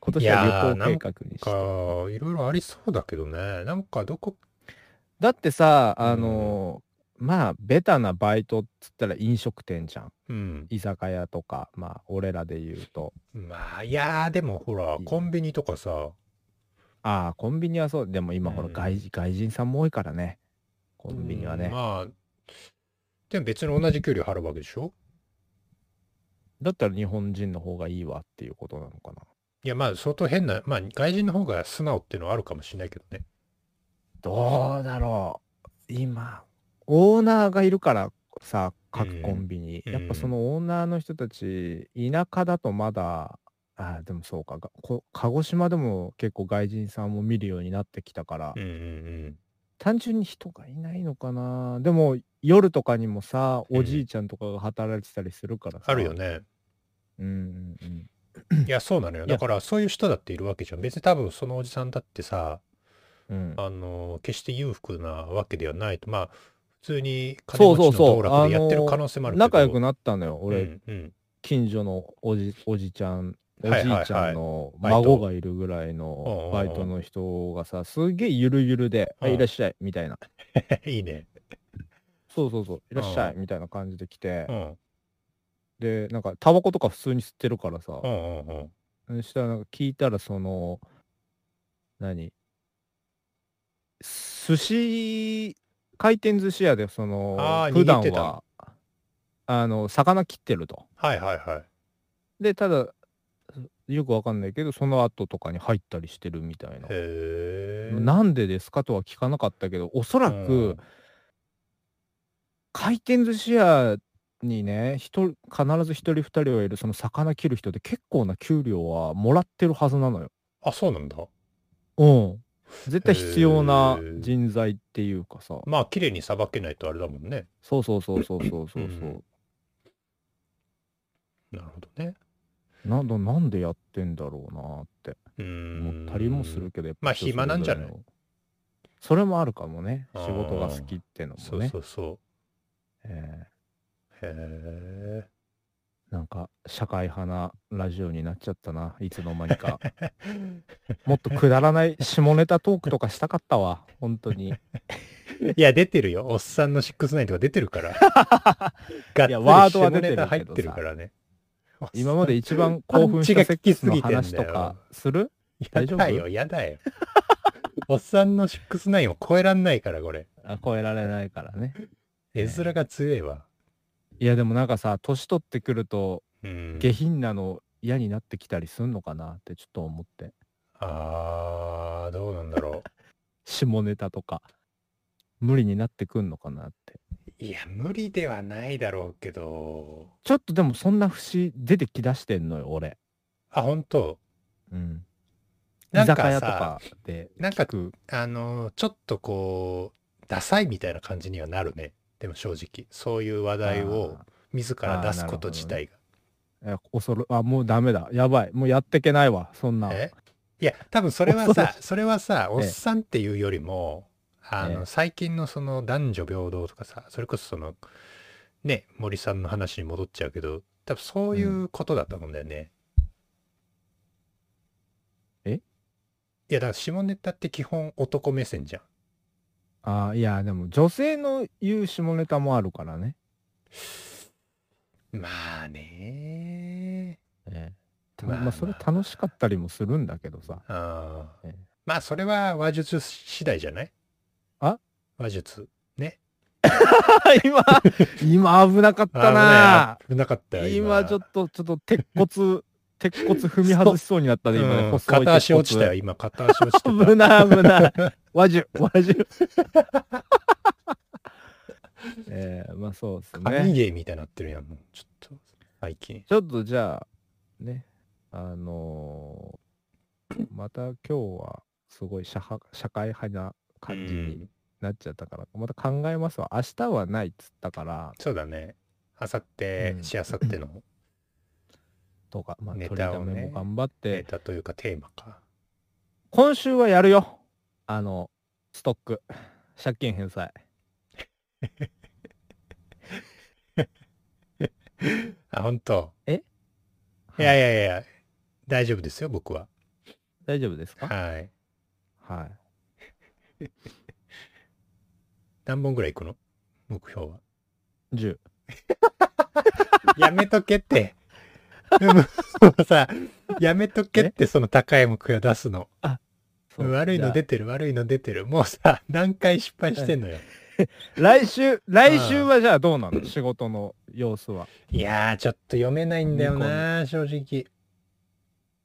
今年はいやー旅行計画にしてか、いろいろありそうだけどね。なんかどこ、だってさあのーまあベタなバイトっつったら飲食店じゃんうん。居酒屋とかまあ俺らで言うとまあ、いやーでもほら、コンビニとかさ、ああ、コンビニはそう。でも今ほらうん外人、外人さんも多いからね。コンビニはね。うんまあ、でも別に同じ給料払うわけでしょだったら日本人の方がいいわっていうことなのかな。いや、まあ相当変な、まあ外人の方が素直っていうのはあるかもしれないけどね。どうだろう。今、オーナーがいるからさ、う各んコンビニ。うんやっぱそのオーナーの人たち、田舎だとまだ、ああ、でもそうかがこ鹿児島でも結構外人さんも見るようになってきたから、うんうん単純に人がいないのかな。でも夜とかにもさ、おじいちゃんとかが働いてたりするからさ。あるよ。ね。うんうんうん。いや、そうなのよ。いやだからそういう人だっているわけじゃん。別に多分そのおじさんだってさ、うん、あの決して裕福なわけではないとまあ通に金そう持ちそのうそ道う。楽でやってる可能性もあるけど仲良くなったのよ。俺、うんうん近所のおじおじちゃん、おはいじはいいちゃんの孫がいるぐらいのババイイトトの人がさ、すげえゆるゆるで、あうんいらっしゃいみたいな、 いいね。そうそうそう、いらっしゃいみたいな感じで来てう、ん。で、なんかタバコとか普通に吸ってるからさう、んうんうん。そしたらなんか聞いたら、その、何寿司、回転寿司屋で、そのあー、普段握ってたは、あの、魚切ってると。はいはいはい。でただよくわかんないけどその後とかに入ったりしてるみたいへ。なえ。なんでですかとは聞かなかったけどおそらうくん回転寿司屋にね一人必ず一人二人はいるその魚切る人で結構な給料はもらってるはずなのよ。あ、そうなんだ。うん。絶対必要なへー人材っていうかさ。まあ、綺麗にさばけないとあれだもんね。そうそうそうそうそうそううそんう。なるほどね。なんだなんでやってんだろうなーってうーん。思ったりもする。けどやっぱまあ人それ暇ぞれなんじゃないのそれもあるかもねあー仕事が好きってのそもうねそうそえう。へえ。ーなんか社会派なラジオになっちゃったないつの間にか もっとくだらない下ネタトークとかしたかったわ本当にいいや、出てるよ。おっさんのシックスナインとか出てる から。がっつりワードは出て下ネるけどタさ入ってるからね。 今まで一番興奮したセックスの話とかするや大丈夫だよ、やだよ。おっさんのシックスナインを超えらんないから、これ。あ超えられないからね絵面が強えわ。いやでもなんかさ年取ってくるとうん。下品なの嫌になってきたりすんのかなってちょっと思ってあー、どうなんだろ下ネタとか無理になってくんのかなってう。いや、無理ではないだろうけど。ちょっとでもそんな節出てきだしてんのよ俺、あ、本当うん、な居んか酒さ屋とかでなんか聞くあの、ちょっとこう、ダサいみたいな感じにはなるね。でも正直、そういう話題を自ら出すこと自体が。あーいや恐ろあもうダメだやばいもうやってけないわそんなえいや多分それは恐ろさそれはさおえっえさんっていうよりもあえのえ最近のその男女平等とかさそれこそそのね森さんの話に戻っちゃうけど多分そういうことだと思うんだよね。えいやだから下ネタって基本男目線じゃん。あーいやでも女性の言う下ネタもあるからね、まあねええまあまあ、それ楽しかったりもするんだけ どさあーええまあそれは話術次第じゃないあ話術。今 今危なかったなあ危なかったよ今ちょっとちょっと鉄骨鉄骨踏み外しそうになったね今ね、うん細い片足落ちたよ、鉄今、片足落ちて骨 危た。ない危ない和樹和 樹えー、まあそうです神ねゲーみたいになってるやん、もうちょっと、最近。ちょっとじゃあねあのーまた今日はすごい社派社会派な感じうにんなっちゃったから、また考えますわ明日はないっつったからそうだね。あさってう、んしあさってのとか、まあ、ネ取りタたをねめも頑張って、データというかテーマか。今週はやるよあのストック借金返済あ、本当。いはやいやいや、大丈夫ですよ、僕は。大丈夫ですかはい。はい何本ぐらいいくの目標 は。 10やめとけって。で ももうさ、やめとけって、その高い目標出すの。そう悪いのじゃ出てる、悪いの出てる。もうさ、何回失敗してんのよ。あ来週来週はじゃあどうなの仕事の様子はいやー、ちょっと読めないんだよな、正直。いや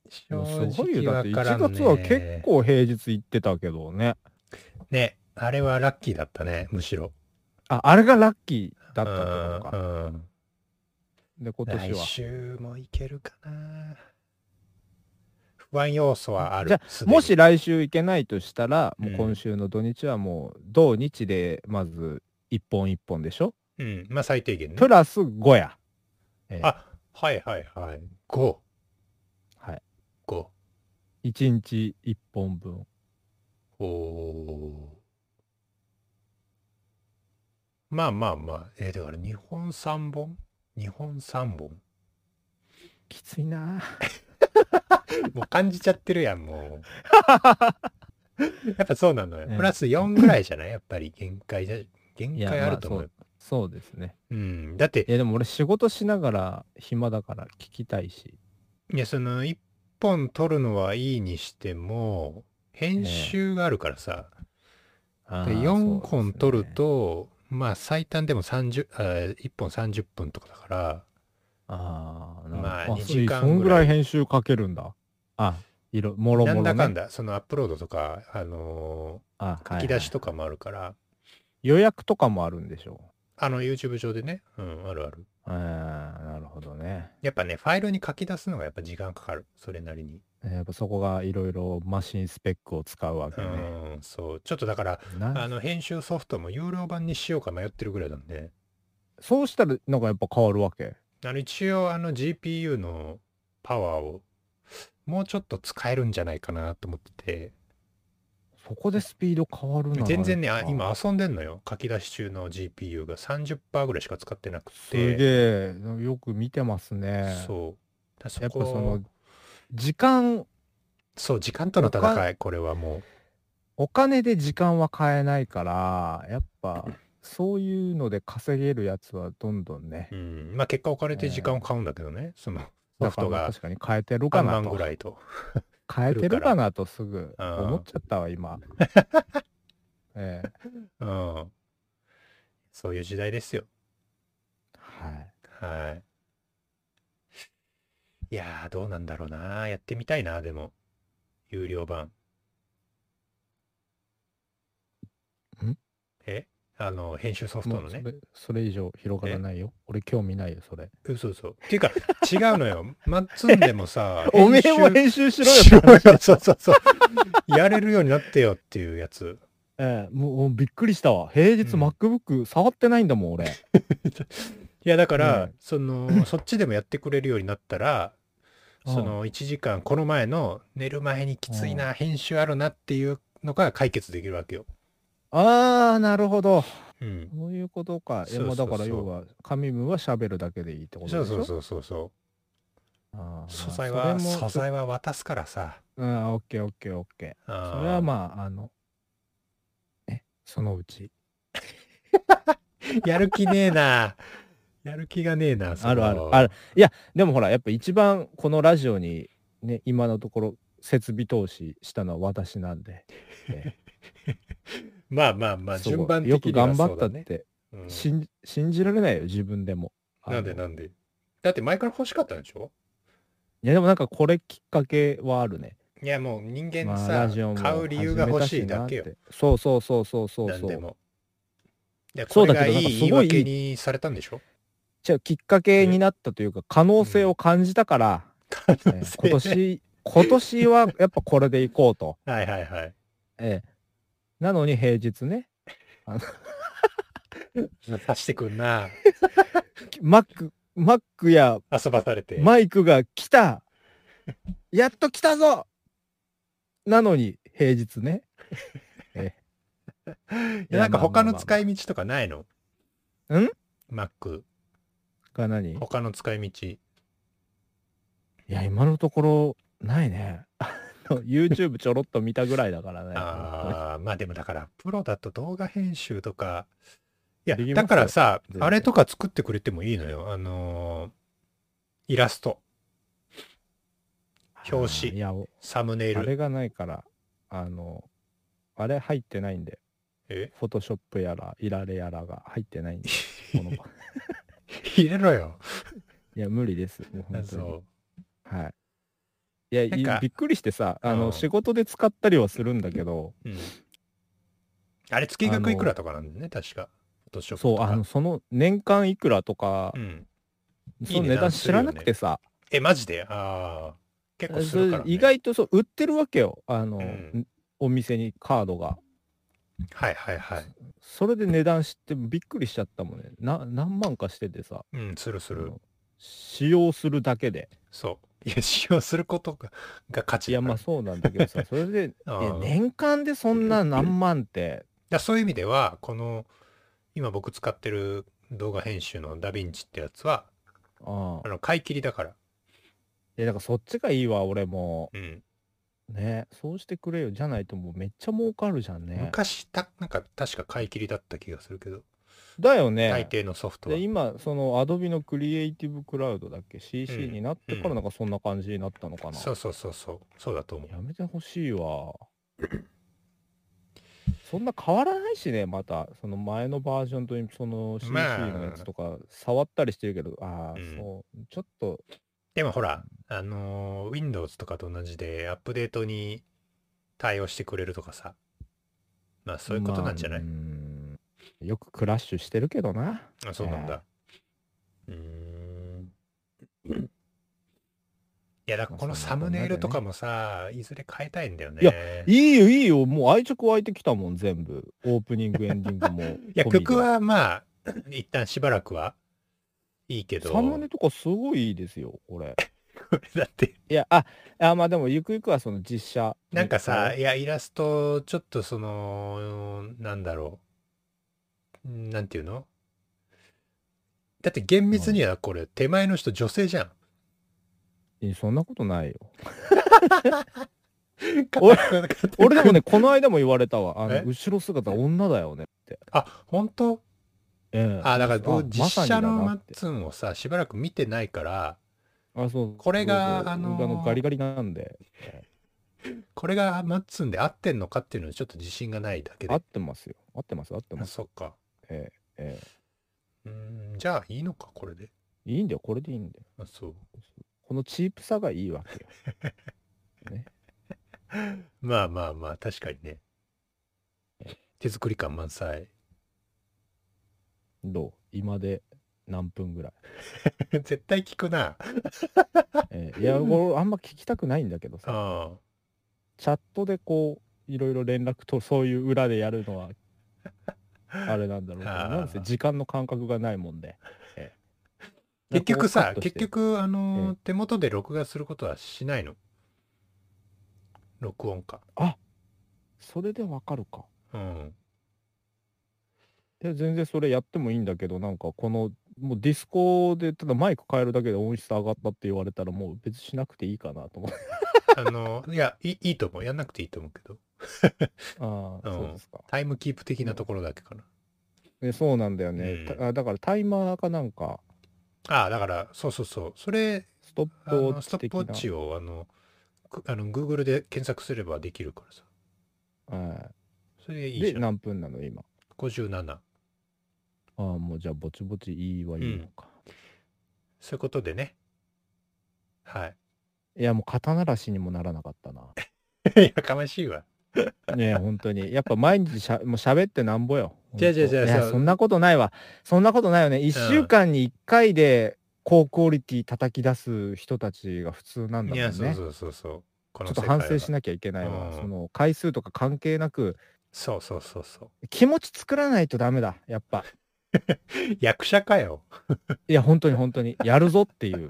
正すごい直よだわってからん、 1ね。月は結。構平日行ってたけどねね、あれはラッキーだったね、むしろ。ああれがラッキーだあったってことかうん。で今年来は週もいけるかな。不安要素はある。じゃすでにもし、来週行けないとしたら、もううん今週の土日はもう同日でまず一本一本でしょ、うん、まあ最低限ねプ。ラス5や、ええあ、はいはいはい。5。はい。 5。 1日1本分おー。まあまあまあ、えーだから日本3本日本3本きついなもう感じちゃってるやん、も う。やっぱそうなのよ。ねプラス4ぐらいじゃないやっぱり限界じゃ、限いや界あると思うよ。そうですねうん。だってい、やでも俺仕事しながら暇だから聞きたいしいや、その、1本撮るのはいいにしても、編集があるからさ、あでー4本撮る、そうですねと、まあ最短でも30、あー1本30分とかだから、あーなるほどまあそう2時間そんぐらい編集かけるんだあいろもろなもろ、ね、んだかんだ、そのアップロードとか、あのあー書き出しとか、かもあるから、はいはい予約とかもあるんでしょあの YouTube 上でね、うん、あるある。うあーなるほどねやっぱね、ファイルに書き出すのがやっぱ時間かかる、それなりに。やっぱそこがいろいろマシンスペックを使うわけうね、ん、そう。ちょっとだから、なあの、編集ソフトも有料版にしようか迷ってるぐらいなんで、そうしたらなんかやっぱ変わるわけあの、一応、あの、GPU のパワーを、もうちょっと使えるんじゃないかなと思ってそこでスピード変わるて、な全然ね、あやっぱ今遊んでんのよ。書き出し中の GPU が30%ぐらいしか使ってなくすて。げえよく見てますねそう。だからやっそぱこその時間そう、時間との戦い、これはもう。お金で時間は買えないからやっぱそういうので稼げるやつはどんどんねうん、まあ結果お金って時間を買うんだけどね、そのソフトが確かに変えてるか3な万とぐらいと。変えてるかなとすぐうん思っちゃったわ今 ええうん。そういう時代ですよ。はいはい。いやー、どうなんだろうな。やってみたいな、でも。有料版。んえあの、編集ソフトものうそね。れそれ以上広がらないよ俺興味ないよそれ嘘嘘。っていうか、違うの 、よ。まっつんでもさおめえも編編集し集ろよしろよ。そうそうそう。やれるようになってよっていうやつ。ええ、もうもうびっくりしたわ平日うん MacBook 触ってないんだもん俺いやだから、ねそ のそっちでもやってくれるようになったらその1時間この前の寝る前にきついな、編集あるなっていうのが解決できるわけよ。ああなるほどうん、そういうことかいやそうまあそうだそうから要は紙文は喋るだけでいいってことそうでしそうそうょそうそうあー素材まはあそれも素材は渡すからさ。うん、オッケーオッケーオッケー。それはまあ、あの、え、そのうち。あーやる気ねえな。やる気がねえな。そのあるあるある。。いや、でもほら、やっぱ一番このラジオにね、今のところ設備投資したのは私なんで。えまあまあ まえあすごい順番よ的くには頑張そうっただっね。て、うん信じ信じられないよ、自分でも。あのなんでなんで。だって前から欲しかったんでしょいや、でもなんかこれきっかけはあるね。いやもう人間まあ、さ、ラジオも買う理由が欲しいだけよ始。めたしなって。そうそうそうそうそう何そでう。も。いや、そこうれだがけいどいなんかすごい言い訳にされたんでしょじゃあきっかけになったというか、可能性を感じたから、可え能 え性今年、今年はやっぱこれでいこうと。はいはい はい。ええなのに平日ね、さしてくんな。マック、マックや遊ばされて。マイクが来たやっと来たぞなのに平日ね。いやなんか他の使い道とかないのん ?Mac。が何い他の使い道。や、今のところないね。あの YouTube ちょろっと見たぐらいだからね。ああ、まあでもだから、プロだと動画編集とか。いや、できますよだからさ全、然あれとか作ってくれてもいいのよ。あのーイラスト、表紙いや、おサムネイあれル。がないから、あの、あれ入ってないんで、えフォトショップやら、いられやらが入ってないんで、このい 入れろよ。や、無理です。もう本当にそう。はい。いや、いなんかびっくりしてさ、あの、うん仕事で使ったりはするんだけど、うんあれ月額いくらとかなんだね、確か。フォトショップそとう、かあの、その年間いくらとかう、ん。そのいい値値段段す知るよらねなくてさ、え、マジでああ。結構すそるれから、ね。意外とそう、売ってるわけよ、あの、うんお店にカードが。はいはいはい。それで値段知ってびっくりしちゃったもんね。な、何万かしててさ、うん、するすある。の使用するだけで。そう。いや、使用することがが価値いや、まああそうなんだけ どさ、それで、いやあーだか年間でそんな何万って、らそういう意味では、この今僕使ってる動画編集のダヴィンチってやつは、あああ。の、買い切りだから。え、だからそっちがいいわ、俺も。うん。ね。そうしてくれよ。じゃないともうめっちゃ儲かるじゃんね。昔、た、なんか確か買い切りだった気がするけど、だよね。大抵のソフトはで。今その Adobe のクリエイティブクラウドだっけ CC うんになってうからんなんかそんな感じになったのかな、そうそうそうそう。そうだと思う。やめてほしいわ そんな変わらないしねまたその前のバージョンとその CC まあのやつとか触ったりしてるけど、あうあ、んそうちょっとでもほら、あのー Windows とかと同じでアップデートに対応してくれるとかさ。まあそういうことなんじゃない、まあうんよくクラッシュしてるけどなあ、そうなんだ。うーん。いや、だからこのサムネイルとかもさ、いずれ変えたいんだよね。いやいいよいいよもう愛着湧いてきたもん全部オープニングエンディング もいや込みで曲はまあ、一旦しばらくはいいけど。サムネとかすごいいいですよこれこ れだって、いや、あ、あまあでも、ゆくゆくはその実写。なんかさ、、いや、イラスト、ちょっとその、なんだろう。んなんていうのだって厳密にはこれ、手前の人女性じ ゃん。いやそんなことないよ。俺俺俺でも ね、この間も言われたわ。あえの、後ろ姿女だよねって。あ、本当ええあ、だから僕、ま実さにだ写のなマっッてツンをさ、しばらく見てないから、あ、そう。これがそうそうあのー僕ガリガリなんで、これがマッツンで合ってんのかっていうのにちょっと自信がないだけで。合ってますよ。合ってます、合ってあます。そっか。ええうえーん、じゃあいいのか、これで。えいいんだよ、これでいいんだよ。あ、そう。このチープさがいいわけよ。まあまあまあ、確かにね。手作り感満載。どう今で何分ぐらい。 絶対聞くな。ええい や、俺、あんま聞きたくないんだけどさ。あチャットでこういろいろ連絡とそういう裏でやる のはあれなんだろうけどあーなんせ時間の感覚がないもんで、え え結局こさうカッ、トして結局、あのーええ手元で録画することはしないの。録音か。それでわかるかうん。いや全然それやってもいいんだけどなんかこのもうディスコでただマイク変えるだけで音質上がったって言われたらもう別にしなくていいかなと思って あのーいやいい、いいと思う。やんなくていいと思うけど。ああ、うんそうですかタイムキープ的なところだけかな。でそうなんだよね、うんたあだからタイマーかなんかああ、だから、そうそうそう。それ、ストッあプウォのッストチッ的プウォッなチを、あの、くあの Google で検索すればできるからさ。はそれでいいいじでゃん。何分なの今57。ああもうじゃあぼちぼちいいわいいのか、そういうことでね。 はい。いやもう肩慣らしにもならなかったな。やかましいわ。ねえ本当に。やっぱ毎日しゃもう喋ってなんぼよ。じゃあじゃあ本当じゃあいやそうそんなことないわ。そんなことないよね。1週間に1回で高クオリティ叩き出す人たちが普通なんだもんいね。や、そうちそうそうそう。こょっと反省しない。なきゃいけないわ。うんその回数とか関係なくそうそうそうそ気持ち作らないとダメだ。やっぱ。う。役者かよ。いや本当に本当にやるぞっていう。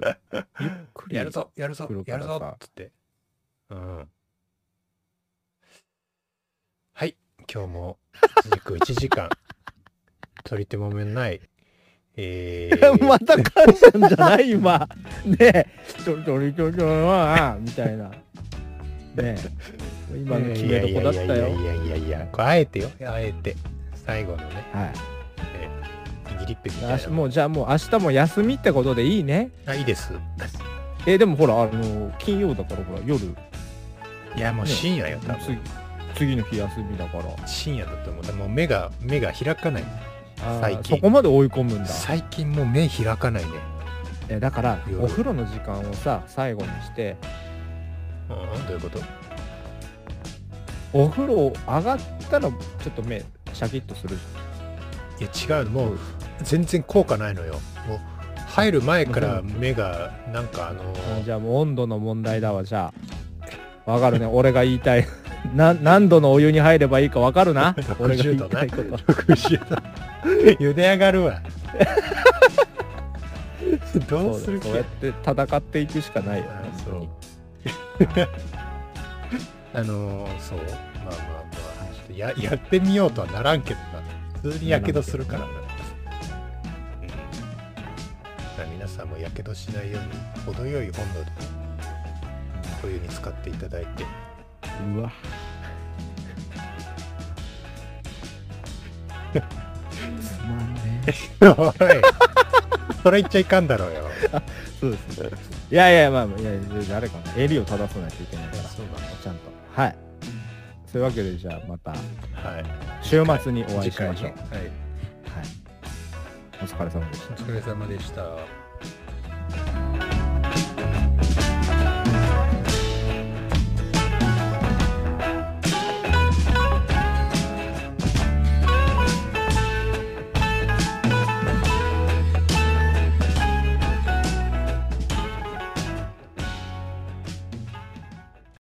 ゆっく りやるぞ、やるぞ来る、かやらるさぞっつって。うん。はい。今日も、軸1時 間、取り手もめない。えい やー、また感謝んじゃない今ねえ「ちょちょりちょちょわあ」みたいなねえ今の決めどこだったよいやいやいやいやいやいや、これあえてよ、あえて。最後のね、はえー、ギリッペみいたあいしな。もうじゃあもう明日も休みってことでいいねあ、いいです。えでもほらあの金曜だからほら夜いや、もうね深夜よ、多分次。次の日休みだから深夜だと思う。もう目が、目が開かない。あー最近そこまで追い込むんだ最近もう目開かないね。えだから夜お風呂の時間をさ最後にしてうん、どういうことお風呂上がったらちょっと目シャキッとするいや違うのもう全然効果ないのよもう入る前から目がなんかあのあじゃあもう温度の問題だわじゃあわかるね俺が言いたい な何度のお湯に入ればいいかわかるな 俺が言60い度たないこと60度 茹で上がる わどうすそうるだ気そうやって戦っていくしかないよあ本そ当う にあのーそうまあまあまあちょっとややってみようとはならんけどな普通にやけどするから、うん、だから皆さんもやけどしないように程よい温度でお湯に使っていただいてうわつまんねえおいそれ言っちゃいかんだろうよそうですねいやいやまあいや誰かな襟を正さないといけないからそうなちゃんとはいそういうわけでじゃあまたのはい週末にお会いしまし次ょう、回ねはいはい、お疲れ様でしたお疲れ様でした